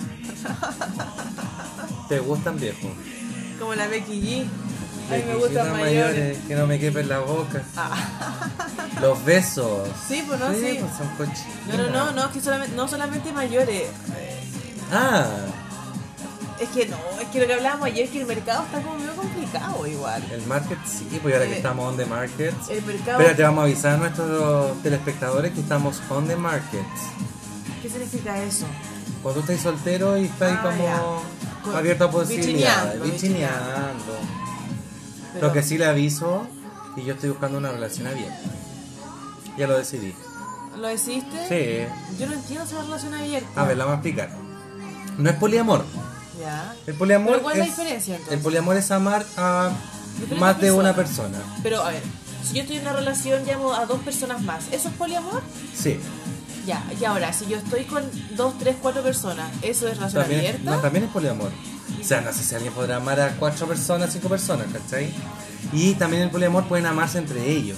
S2: Te gustan viejos.
S3: como la Becky G. A mí me
S2: Requisitos
S3: gustan mayores.
S2: Que no me quepen la boca.
S3: Ah.
S2: Los besos.
S3: Sí, pues, no, sí.
S2: pues, son cochinas.
S3: No, no, no, no, es que solamente, no solamente mayores.
S2: Ah,
S3: Es que no, es que lo que hablábamos ayer es que el mercado está como medio complicado igual.
S2: el market sí, pues ahora que
S3: Eh,
S2: estamos on the market.
S3: El mercado
S2: Espérate, vamos a avisar a nuestros telespectadores que estamos on the market.
S3: ¿Qué significa eso?
S2: Cuando tú estás soltero y estás
S3: Ah,
S2: como
S3: ya. Con-
S2: abierto a posibilidades,
S3: bichineando,
S2: bichineando.
S3: Pero-
S2: Lo que sí le aviso, que yo estoy buscando una relación abierta. Ya lo decidí.
S3: ¿Lo hiciste?
S2: Sí.
S3: Yo no entiendo esa relación abierta.
S2: A ver, la vamos a explicar. No es poliamor.
S3: Ya.
S2: El poliamor
S3: ¿Pero cuál es la
S2: es-
S3: diferencia, entonces?
S2: El poliamor es amar a
S3: Diferente
S2: más de una
S3: persona.
S2: persona.
S3: Pero a ver, si yo estoy en una relación llamo a dos personas más, ¿eso es poliamor?
S2: Sí.
S3: Ya, y ahora, si yo estoy con dos, tres, cuatro personas, ¿eso es relación
S2: También es,
S3: abierta?
S2: no, también es poliamor. O sea, no sé si alguien podrá amar a cuatro personas, cinco personas, ¿cachai? Y también el poliamor pueden amarse entre ellos.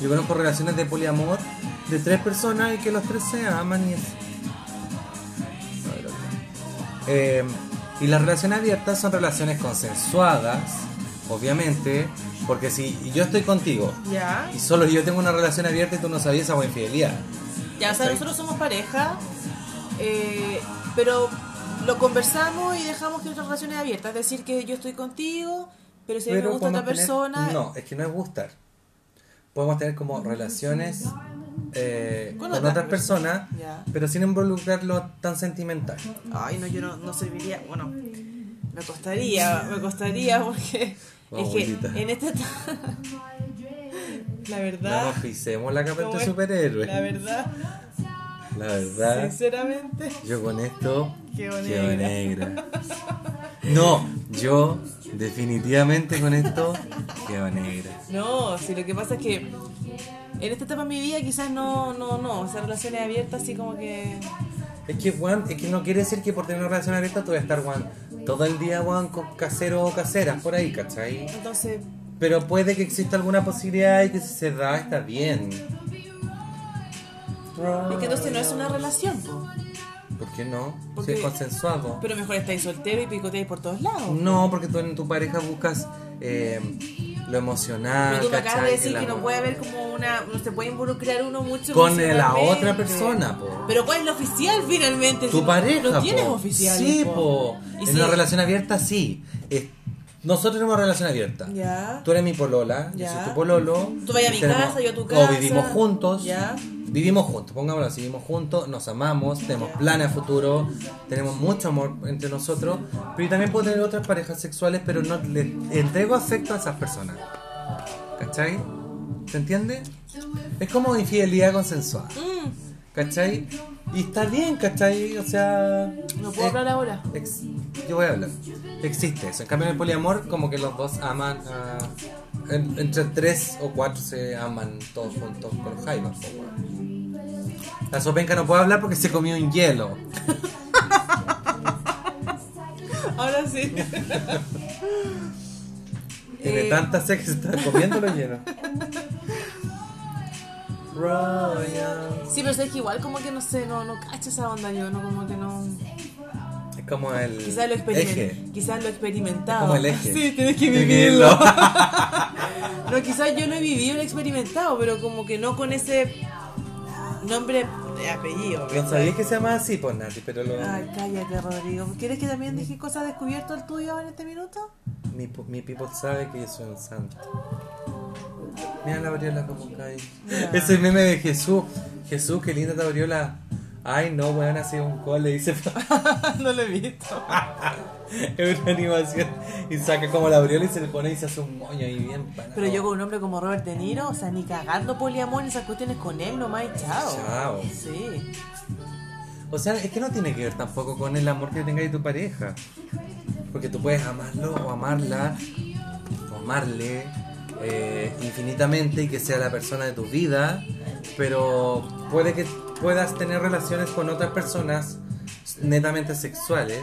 S2: Yo conozco relaciones de poliamor de tres personas y que los tres se aman y es... A ver, otra. Eh, y las relaciones abiertas son relaciones consensuadas, obviamente, porque si yo estoy contigo
S3: Ya.
S2: y solo yo tengo una relación abierta y tú no sabías esa buena infidelidad.
S3: Ya, o sea,
S2: ¿Cachai?
S3: nosotros somos pareja, eh, pero lo conversamos y dejamos que nuestra relación es abierta. Es decir, que yo estoy contigo, pero si a mí me gusta otra
S2: podemos tener-
S3: persona,
S2: No, es que no es gustar. Podemos tener como relaciones eh,
S3: Con
S2: con,
S3: otras
S2: otras personas,
S3: Ya.
S2: pero sin involucrarlo tan sentimental.
S3: Ay, no, yo no, no serviría. Bueno, me costaría, me costaría porque
S2: Vamos,
S3: es que
S2: Oh, abuelita.
S3: en esta etapa. La
S2: No
S3: verdad,
S2: nos pisemos la capa
S3: ¿Cómo
S2: de
S3: Ah. es?
S2: superhéroe. Ah.
S3: la verdad,
S2: La verdad,
S3: sinceramente.
S2: yo con esto
S3: Quedo
S2: quedo
S3: negra.
S2: negra. No, yo definitivamente con esto quedo negra.
S3: No, si lo que pasa es que en esta etapa de mi vida quizás no, no, no, o sea, relaciones abiertas así como que.
S2: Es que, Juan, es que no quiere decir que por tener una relación abierta tú vas a estar, Juan, todo el día, Juan, con caseros o caseras por ahí, ¿cachai?
S3: Entonces,
S2: Pero puede que exista alguna posibilidad y que si se da está bien.
S3: es que entonces no es una relación, po.
S2: ¿Por qué no?
S3: Porque-
S2: Si es consensuado.
S3: Pero mejor estáis soltero y picoteáis por todos lados.
S2: No, porque tú en tu pareja buscas eh, lo emocional.
S3: Pero tú me acabas de
S2: ¿cachai?
S3: decir
S2: El
S3: que no
S2: amor.
S3: puede haber como una. No se puede involucrar uno mucho.
S2: Con la
S3: emocionalmente.
S2: otra persona, po.
S3: Pero ¿cuál es lo oficial finalmente? Si
S2: Tu
S3: no-
S2: pareja,
S3: No
S2: po.
S3: tienes oficial.
S2: Sí,
S3: po.
S2: po.
S3: Y
S2: En
S3: si-
S2: una relación abierta, sí. Es- Nosotros tenemos una relación abierta.
S3: Ya.
S2: Tú eres mi polola,
S3: Ya.
S2: yo soy tu pololo.
S3: Tú vayas a mi
S2: Tenemos-
S3: casa, yo a tu
S2: O
S3: casa.
S2: vivimos juntos.
S3: Ya.
S2: Vivimos juntos, pongámoslo así, vivimos juntos, nos amamos, tenemos planes a futuro, tenemos mucho amor entre nosotros, pero yo también puedo tener otras parejas sexuales, pero no le entrego afecto a esas personas. ¿Cachai? ¿Se entiende? Es como infidelidad consensuada.
S3: Mm.
S2: ¿Cachai? Y está bien, ¿cachai? O sea...
S3: No puedo
S2: eh,
S3: hablar ahora.
S2: Ex- yo voy a hablar. Existe eso. En cambio, en el poliamor, como que los dos aman a. en- entre tres o cuatro se aman todos juntos con los jaivas, po, weón. La sopenca no puede hablar porque se comió un hielo.
S3: Ahora sí.
S2: Tiene
S3: Eh,
S2: tanta sed que se está comiendo lo lleno. Royal.
S3: Sí, pero es que igual como que no sé, no, no cacho esa onda yo, no como que no.
S2: Es como el.
S3: Quizás lo,
S2: eje.
S3: experimen- quizás lo experimentado.
S2: Es como el eje.
S3: Sí, tienes
S2: Tienes
S3: que
S2: que
S3: vivirlo.
S2: vivirlo.
S3: no, quizás yo lo he vivido y lo he experimentado, pero como que no con ese nombre de apellido.
S2: No sabía que se llama así, pues Nati, pero lo.
S3: Ay, cállate, Rodrigo. ¿Quieres que también deje cosas descubierto el tuyo en este minuto?
S2: Mi, po- mi people sabe que yo soy un santo. Mira la aureola como cae.
S3: Ya.
S2: Ese meme de Jesús. Jesús, qué linda tu aureola. Ay, no, weón, ha sido un cole. Dice.
S3: no lo he visto.
S2: es una animación. Y saca como la aureola y se le pone y se hace un moño ahí bien. parado.
S3: Pero yo con un hombre como Robert De Niro, o sea, ni cagando poliamor ni esas cuestiones con él nomás y chao.
S2: Chao.
S3: Sí.
S2: O sea, es que no tiene que ver tampoco con el amor que tengas de tu pareja. Porque tú puedes amarlo o amarla, o amarle eh, infinitamente y que sea la persona de tu vida, pero puede que puedas tener relaciones con otras personas netamente sexuales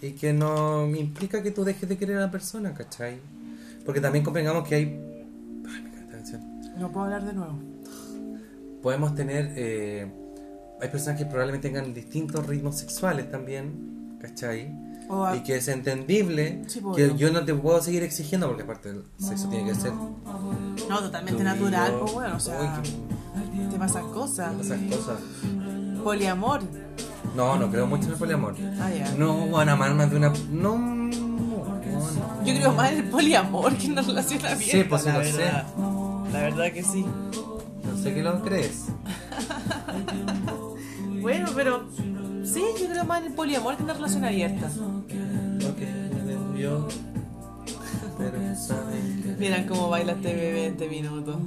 S2: y que no implica que tú dejes de querer a la persona, ¿cachai? Porque también convengamos que hay... Ay, me encanta esta canción
S3: No puedo hablar de nuevo.
S2: podemos tener. eh, hay personas que probablemente tengan distintos ritmos sexuales también, ¿cachai?
S3: O a-
S2: Y que es entendible
S3: Ah. Sí, pues,
S2: que
S3: obvio.
S2: yo no te puedo seguir exigiendo, porque aparte el sexo tiene que ser.
S3: No, totalmente
S2: fluido.
S3: natural, pues bueno, o sea,
S2: Uy,
S3: te pasan
S2: qué-
S3: cosas.
S2: esas cosas.
S3: Poliamor.
S2: No, no creo mucho en el poliamor.
S3: Ah, ya.
S2: No van a amar más de una. No. no, no.
S3: Yo creo más en el poliamor que en la relación abierta.
S2: Sí, pues sí,
S3: la
S2: lo sé.
S3: verdad. La verdad que sí.
S2: No sé qué lo crees.
S3: Bueno, pero sí, yo creo más en el poliamor que en la relación abierta.
S2: Porque me dio, Pero saben que-
S3: Miran cómo baila este bebé en este minuto.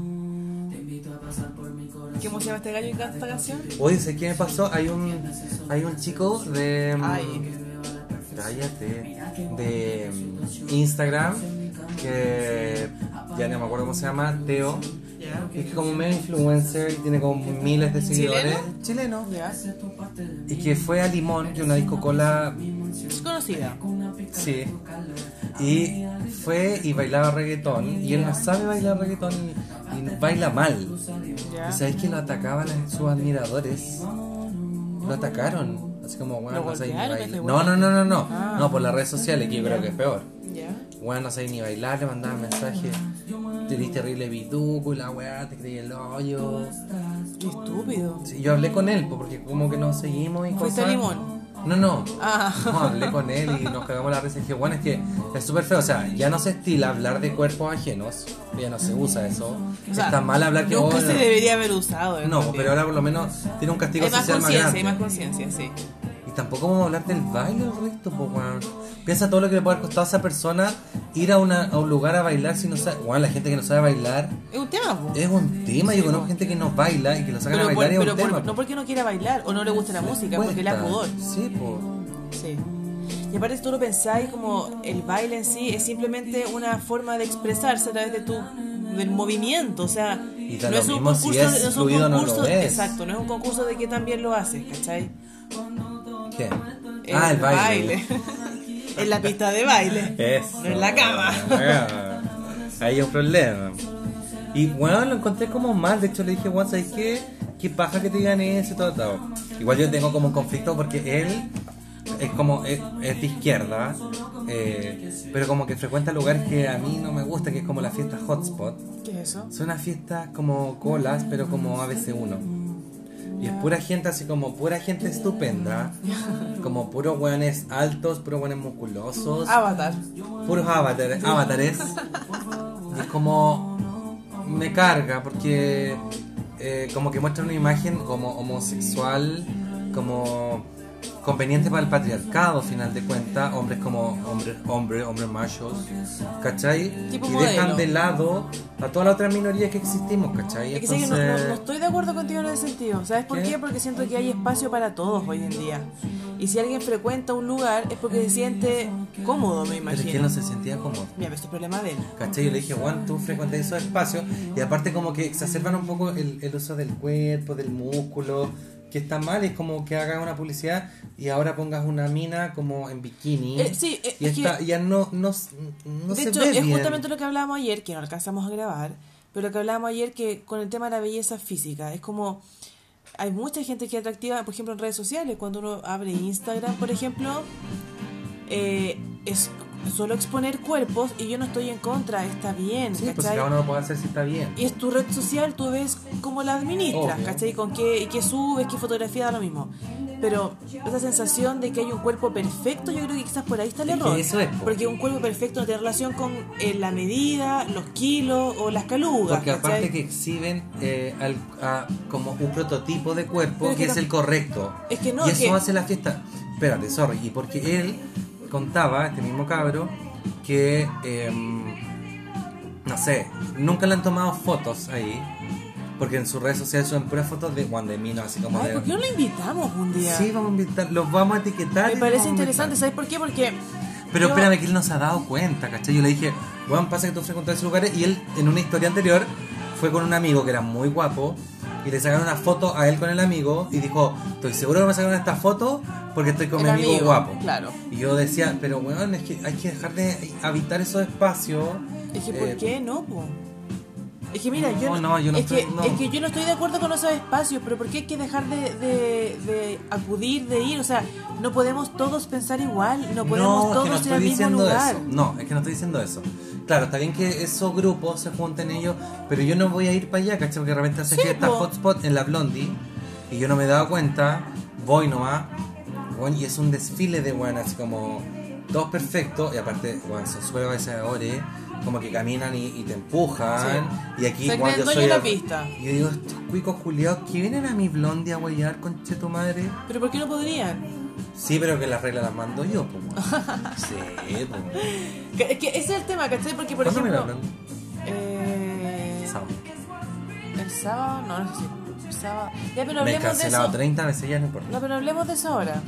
S3: ¿Qué emoción este gallo y canta esta canción?
S2: Oye, ¿sabes qué me pasó? Hay un, hay un chico de... mm,
S3: Ay.
S2: Cállate. De mm, Instagram, que ya no me acuerdo cómo se llama, Teo.
S3: Ya.
S2: Es que como medio influencer y tiene como miles de seguidores.
S3: ¿Chileno?
S2: Chileno.
S3: Ya.
S2: Y que fue a Limón, que es una discocola
S3: Es conocida.
S2: Sí. Y fue y bailaba reggaetón. Y él no sabe bailar reggaetón y, y baila mal.
S3: Ya.
S2: ¿Y sabes que lo atacaban a sus admiradores? Lo atacaron. Así como, bueno,
S3: ¿Lo
S2: no sabes ni
S3: golpearon,
S2: bailar.
S3: este
S2: No, no, no, no, no.
S3: Ah.
S2: No, por las redes sociales, que yo creo que es peor.
S3: Ya.
S2: Bueno, no sabes ni bailar, le mandaban mensajes. Tenés terrible bituco y la weá, te creí el hoyo.
S3: Qué estúpido.
S2: Sí, yo hablé con él, po, porque como que nos seguimos y
S3: ¿Fuiste
S2: cosas.
S3: a Limón?
S2: No, no.
S3: Ah.
S2: No, hablé con él y nos cagamos la risa y dije, bueno, es que es súper feo, o sea, ya no se estila hablar de cuerpos ajenos, ya no se usa eso,
S3: O sea,
S2: está mal hablar que
S3: Nunca
S2: oh,
S3: se
S2: no.
S3: debería haber usado. en
S2: No,
S3: realidad.
S2: pero ahora por lo menos tiene un castigo
S3: Hay más
S2: social más
S3: conciencia, hay
S2: grande.
S3: más conciencia, sí.
S2: Y tampoco vamos a hablar del baile al resto, pues, weón. Piensa todo lo que le puede haber costado a esa persona ir a, una, a un lugar a bailar si no sabe, weón, la gente que no sabe bailar
S3: Es un tema, po.
S2: es un tema, yo conozco gente que no baila y que lo sacan a
S3: Pero, por-
S2: bailar y es
S3: pero
S2: un
S3: por-
S2: tema. pues,
S3: no porque no quiera bailar o no le gusta la música,
S2: Cuesta.
S3: porque le da pudor.
S2: Sí, pues.
S3: Sí. Y aparte, si tú lo pensáis, como el baile en sí es simplemente una forma de expresarse a través de tu, del movimiento. O sea,
S2: Y da lo mismo si es
S3: de- no es un
S2: fluido o no lo
S3: concurso-
S2: es.
S3: Exacto, no es un concurso de qué tan bien lo haces, ¿cachai?
S2: ¿Qué? ah, el baile.
S3: en la pista de baile.
S2: Eso.
S3: No en la cama.
S2: Ah, Ahí hay un problema. Y bueno, lo encontré como mal. De hecho, le dije, bueno, ¿sabes qué? ¿Qué paja que te digan eso y todo, todo? Igual yo tengo como un conflicto porque él es como es, es de izquierda, eh, pero como que frecuenta lugares que a mí no me gusta, que es como la fiesta hotspot.
S3: ¿Qué es eso?
S2: Son unas fiestas como colas, pero como ABC1. Y es pura gente así como pura gente estupenda, como puros hueones altos, puros hueones musculosos
S3: Avatar.
S2: puros avatares, avatares. Y es como me carga porque eh, como que muestra una imagen como homosexual, como conveniente para el patriarcado, final de cuentas, hombres como hombres, hombres, hombres machos, ¿cachai?
S3: Tipo
S2: y
S3: modelo.
S2: dejan de lado a todas las otras minorías que existimos, ¿cachai?
S3: Es que sé que no, no- no estoy de acuerdo contigo en ese sentido. ¿Sabes por
S2: ¿Qué?
S3: ¿Qué? Porque siento que hay espacio para todos hoy en día. Y si alguien frecuenta un lugar es porque se siente cómodo,
S2: Pero
S3: me
S2: es
S3: imagino.
S2: que él no se sentía cómodo.
S3: Mira, pero este es problema de él.
S2: ¿Cachai? Yo le dije, Juan, tú frecuentas esos espacios. Y aparte como que exacerban un poco el, el uso del cuerpo, del músculo, que está mal. Es como que hagas una publicidad y ahora pongas una mina como en bikini.
S3: Eh, sí, eh,
S2: y
S3: es que-
S2: está- ya no, no, no
S3: de
S2: se
S3: hecho,
S2: ve
S3: es
S2: bien.
S3: justamente lo que hablábamos ayer, que no alcanzamos a grabar, pero lo que hablábamos ayer que con el tema de la belleza física, es como hay mucha gente que es atractiva, por ejemplo, en redes sociales, cuando uno abre Instagram, por ejemplo, eh, es solo exponer cuerpos y yo no estoy en contra, está bien,
S2: Sí, pues
S3: ¿cachai?
S2: cada uno lo puede hacer si está bien.
S3: Y es tu red social, tú ves cómo la administras,
S2: Obvio.
S3: ¿cachai? Con qué, y qué subes, qué fotografía, da lo mismo. Pero esa sensación de que hay un cuerpo perfecto, yo creo que quizás por ahí está el
S2: Es que
S3: error.
S2: eso es, po.
S3: Porque un cuerpo perfecto no tiene relación con eh, la medida, los kilos o las calugas,
S2: Porque aparte
S3: ¿cachai?
S2: que exhiben eh, al- a- como un prototipo de cuerpo
S3: Pero es
S2: que
S3: que
S2: es
S3: tam-
S2: el correcto.
S3: es que no,
S2: y
S3: es
S2: eso
S3: que-
S2: hace la fiesta. Espérate, sorry. Y porque él contaba, este mismo cabro, que, em, no sé, nunca le han tomado fotos ahí. Porque en sus redes sociales son puras fotos de Juan de Mino, así como
S3: Ay,
S2: de...
S3: ¿por qué no lo invitamos un día?
S2: Sí, vamos a invitar, los vamos a etiquetar. y
S3: Me
S2: los
S3: parece
S2: vamos a invitar.
S3: interesante, ¿sabes por qué? Porque...
S2: Pero
S3: yo-
S2: espérame que él no se ha dado cuenta, ¿cachai? Yo le dije, Juan, pasa que tú frecuentas esos lugares y él en una historia anterior fue con un amigo que era muy guapo y le sacaron una foto a él con el amigo y dijo, estoy seguro que me sacaron esta foto porque estoy con
S3: el
S2: mi amigo,
S3: amigo,
S2: guapo.
S3: Claro.
S2: Y yo decía, pero weón, es que hay que dejar de habitar esos espacios.
S3: Es que, ¿por
S2: Eh,
S3: qué no, po? Es que mira, yo
S2: No, no, yo no
S3: es,
S2: estoy-
S3: que,
S2: no.
S3: es que yo no estoy de acuerdo con esos espacios, pero ¿por qué hay que dejar de, de- de acudir, de ir? O sea, no podemos todos pensar igual, no podemos
S2: es que
S3: todos ir al mismo lugar.
S2: eso. No, es que no estoy diciendo eso. Claro, está bien que esos grupos se junten ellos, pero yo no voy a ir para allá, ¿cachai? Porque de repente hace
S3: Sí,
S2: fiesta
S3: po.
S2: hotspot en la Blondie y yo no me he dado cuenta, voy nomás, weón, y es un desfile de buenas, como todos perfectos, y aparte, weón, son súper agradecidores, como que caminan y, y te empujan, y aquí,
S3: Se
S2: weón,
S3: creen
S2: yo
S3: dueños
S2: soy...
S3: de la
S2: el-
S3: pista.
S2: y yo digo, estos cuicos culiados que vienen a mi Blondie a huellar, conche tu madre.
S3: Pero ¿por qué no podrían?
S2: Sí, pero que las reglas las mando yo, pues. weón. Sí, pues.
S3: Que- Es que ese es el tema, ¿cachai? Porque, por
S2: ¿Cuándo me
S3: ejemplo...
S2: hablan?
S3: eh, el sábado, no, no sé si- el sábado. Ya, pero
S2: Me he
S3: hablemos de
S2: cancelado
S3: eso.
S2: 30 veces, ya no importa.
S3: No, pero hablemos de eso ahora.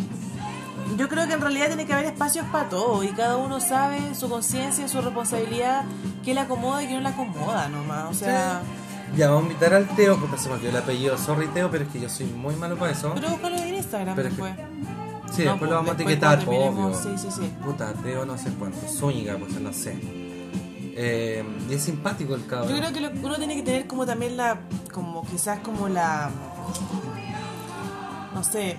S3: Yo creo que en realidad tiene que haber espacios para todo y cada uno sabe en su conciencia, en su responsabilidad, que le acomoda y que no le acomoda nomás. O sea,
S2: Ya, vamos a invitar al Teo, porque se me olvidó el apellido, sorry Teo, pero es que yo soy muy malo para eso.
S3: pero búscalo en Instagram
S2: Pero es que-
S3: después.
S2: Sí,
S3: No,
S2: después
S3: pues,
S2: lo vamos a
S3: después
S2: etiquetar,
S3: cuando
S2: pues, obvio.
S3: terminemos, Sí, sí, sí.
S2: Puta, Teo no sé cuánto, Zúñiga, pues no sé. Eh, y es simpático el
S3: Yo
S2: cabrón.
S3: creo que lo- uno tiene que tener como también la, como quizás como la, no sé,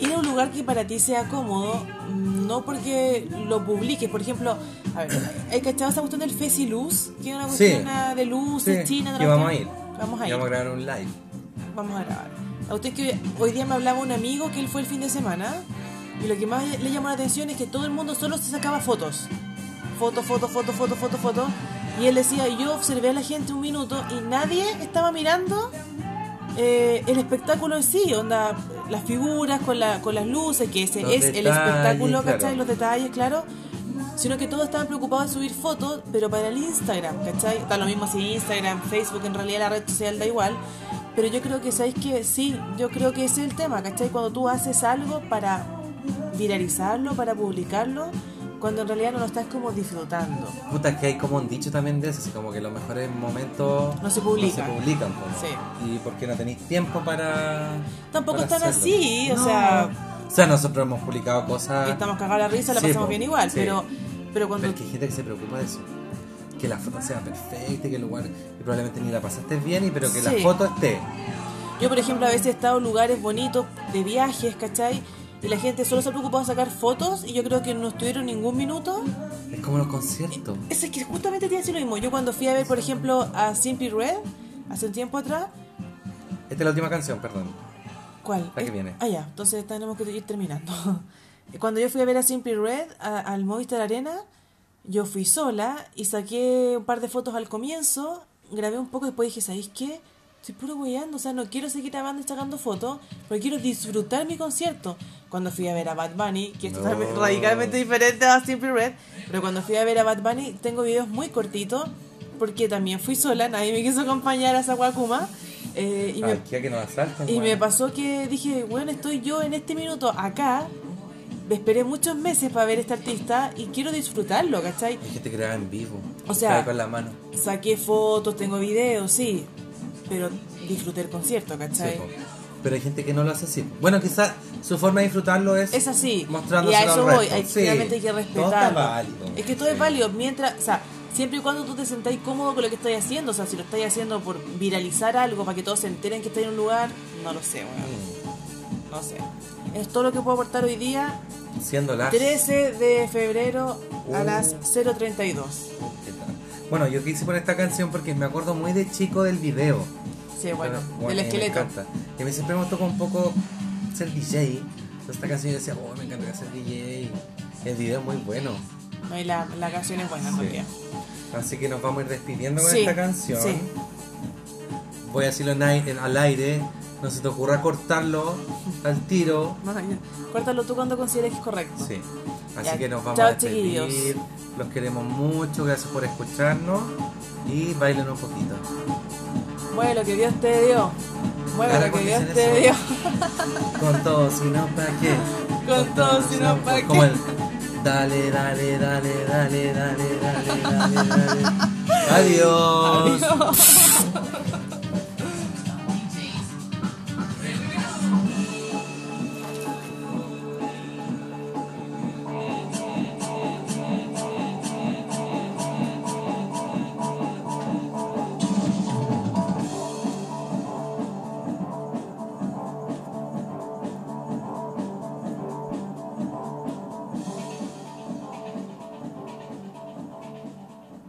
S3: ir a un lugar que para ti sea cómodo, mm, no porque lo publiques. Por ejemplo, a ver, ¿hay cachado esa cuestión del Fesiluz? Que es una
S2: Sí.
S3: cuestión ah, de luz,
S2: Sí,
S3: china,
S2: y vamos a ir.
S3: Vamos a
S2: Y
S3: ir.
S2: vamos a grabar un live.
S3: Vamos a grabar. A usted que hoy día me hablaba un amigo que él fue el fin de semana y lo que más le llamó la atención es que todo el mundo solo se sacaba fotos. Foto, foto, foto, foto, foto, foto. Y él decía, yo observé a la gente un minuto y nadie estaba mirando eh, el espectáculo en sí, onda, las figuras con, la, con las luces, que ese
S2: Los
S3: es el
S2: detalles,
S3: espectáculo, ¿cachai?
S2: claro.
S3: Los detalles, claro. Sino que todos estaban preocupados de subir fotos, pero para el Instagram, ¿cachai? Está lo mismo si Instagram, Facebook, en realidad la red social da igual. Pero yo creo que, ¿sabéis que Sí, yo creo que ese es el tema, ¿cachai? Cuando tú haces algo para viralizarlo, para publicarlo, cuando en realidad no lo estás como disfrutando.
S2: Puta, es que hay como un dicho también de eso, así como que los mejores momentos
S3: No se publican.
S2: No se publican, po.
S3: Sí.
S2: Y porque no tenéis tiempo para.
S3: Tampoco
S2: para
S3: están
S2: hacerlo.
S3: así, o
S2: No.
S3: sea-
S2: O sea, nosotros hemos publicado cosas.
S3: Y estamos cagados de la risa, la
S2: Ah. Sí,
S3: pasamos
S2: po,
S3: bien igual,
S2: sí.
S3: pero, pero cuando...
S2: Pero es que hay gente que se preocupa de eso. Que la foto sea perfecta, que el lugar. que probablemente ni la pasaste bien, y pero que la
S3: Sí.
S2: foto esté.
S3: Yo, por ejemplo, a veces he estado en lugares bonitos de viajes, ¿cachai? Y la gente solo se ha preocupado de sacar fotos y yo creo que no estuvieron ningún minuto.
S2: Es como los conciertos.
S3: Eso es que justamente tiene así lo mismo. Yo cuando fui a ver, por ejemplo, a Simply Red, hace un tiempo atrás,
S2: Esta es la última canción, perdón.
S3: ¿Cuál?
S2: La que
S3: Eh,
S2: viene.
S3: Ah, ya. Entonces tenemos que ir terminando. Cuando yo fui a ver a Simply Red a- al Movistar Arena, yo fui sola y saqué un par de fotos al comienzo, grabé un poco y después dije, ¿sabéis qué? Estoy puro weyando, o sea, no quiero seguir grabando y sacando fotos, porque quiero disfrutar mi concierto. Cuando fui a ver a Bad Bunny, que es
S2: No.
S3: totalmente- radicalmente diferente a Simply Red, pero cuando fui a ver a Bad Bunny tengo videos muy cortitos, porque también fui sola, nadie me quiso acompañar a Saguacuma. eh, y me-
S2: Aquí a que nos asaltan.
S3: y
S2: weón.
S3: me pasó que dije, bueno, estoy yo en este minuto acá me esperé muchos meses para ver este artista y quiero disfrutarlo, ¿cachai?
S2: Es que te graba en vivo.
S3: O sea-
S2: Cae con la mano.
S3: Saqué fotos, tengo videos, sí, pero disfruté el concierto, ¿cachai?
S2: Sí, po. Pero hay gente que no lo hace así. Bueno, quizás su forma de disfrutarlo es,
S3: Es así.
S2: mostrándoselo
S3: y a eso
S2: al
S3: voy,
S2: resto.
S3: hay,
S2: Sí.
S3: realmente hay que respetar.
S2: Todo está válido.
S3: Es que todo es
S2: Sí.
S3: válido, mientras, o sea, siempre y cuando tú te sentáis cómodo con lo que estáis haciendo, o sea, si lo estáis haciendo por viralizar algo para que todos se enteren que estáis en un lugar, no lo sé, weón. No sé. Es todo lo que puedo aportar hoy día,
S2: Mm, Siendo las
S3: 13 de febrero a
S2: Uh.
S3: las 0.32.
S2: ¿Qué tal? Bueno, yo quise poner esta canción porque me acuerdo muy de chico del video.
S3: Sí, bueno,
S2: Bueno,
S3: del
S2: y me
S3: esqueleto.
S2: encanta. Y a mí siempre me tocó un poco ser DJ. Entonces, Esta canción yo decía, oh, me encantaría ser DJ. El video es muy bueno.
S3: No, y la, la canción es buena, en
S2: Sí.
S3: realidad.
S2: Así que nos vamos a ir despidiendo con
S3: Sí,
S2: esta canción.
S3: sí.
S2: Voy a decirlo en ai- en- al aire. No se te ocurra cortarlo al tiro.
S3: No, no, Córtalo tú cuando consideres que es correcto.
S2: Sí. Así
S3: Ya,
S2: que nos vamos
S3: chao,
S2: a despedir.
S3: chiquillos.
S2: Los queremos mucho. Gracias por escucharnos. Y bailen un poquito.
S3: Mueve lo que Dios te dio. Mueve
S2: Ahora
S3: lo que
S2: cuando
S3: Dios
S2: dicen
S3: te
S2: eso,
S3: dio.
S2: Con todo, si no, ¿para qué?
S3: Con todo, si no, ¿pa'
S2: Como
S3: qué?
S2: el, Dale, dale, dale, dale, dale, dale, dale, dale. Adiós.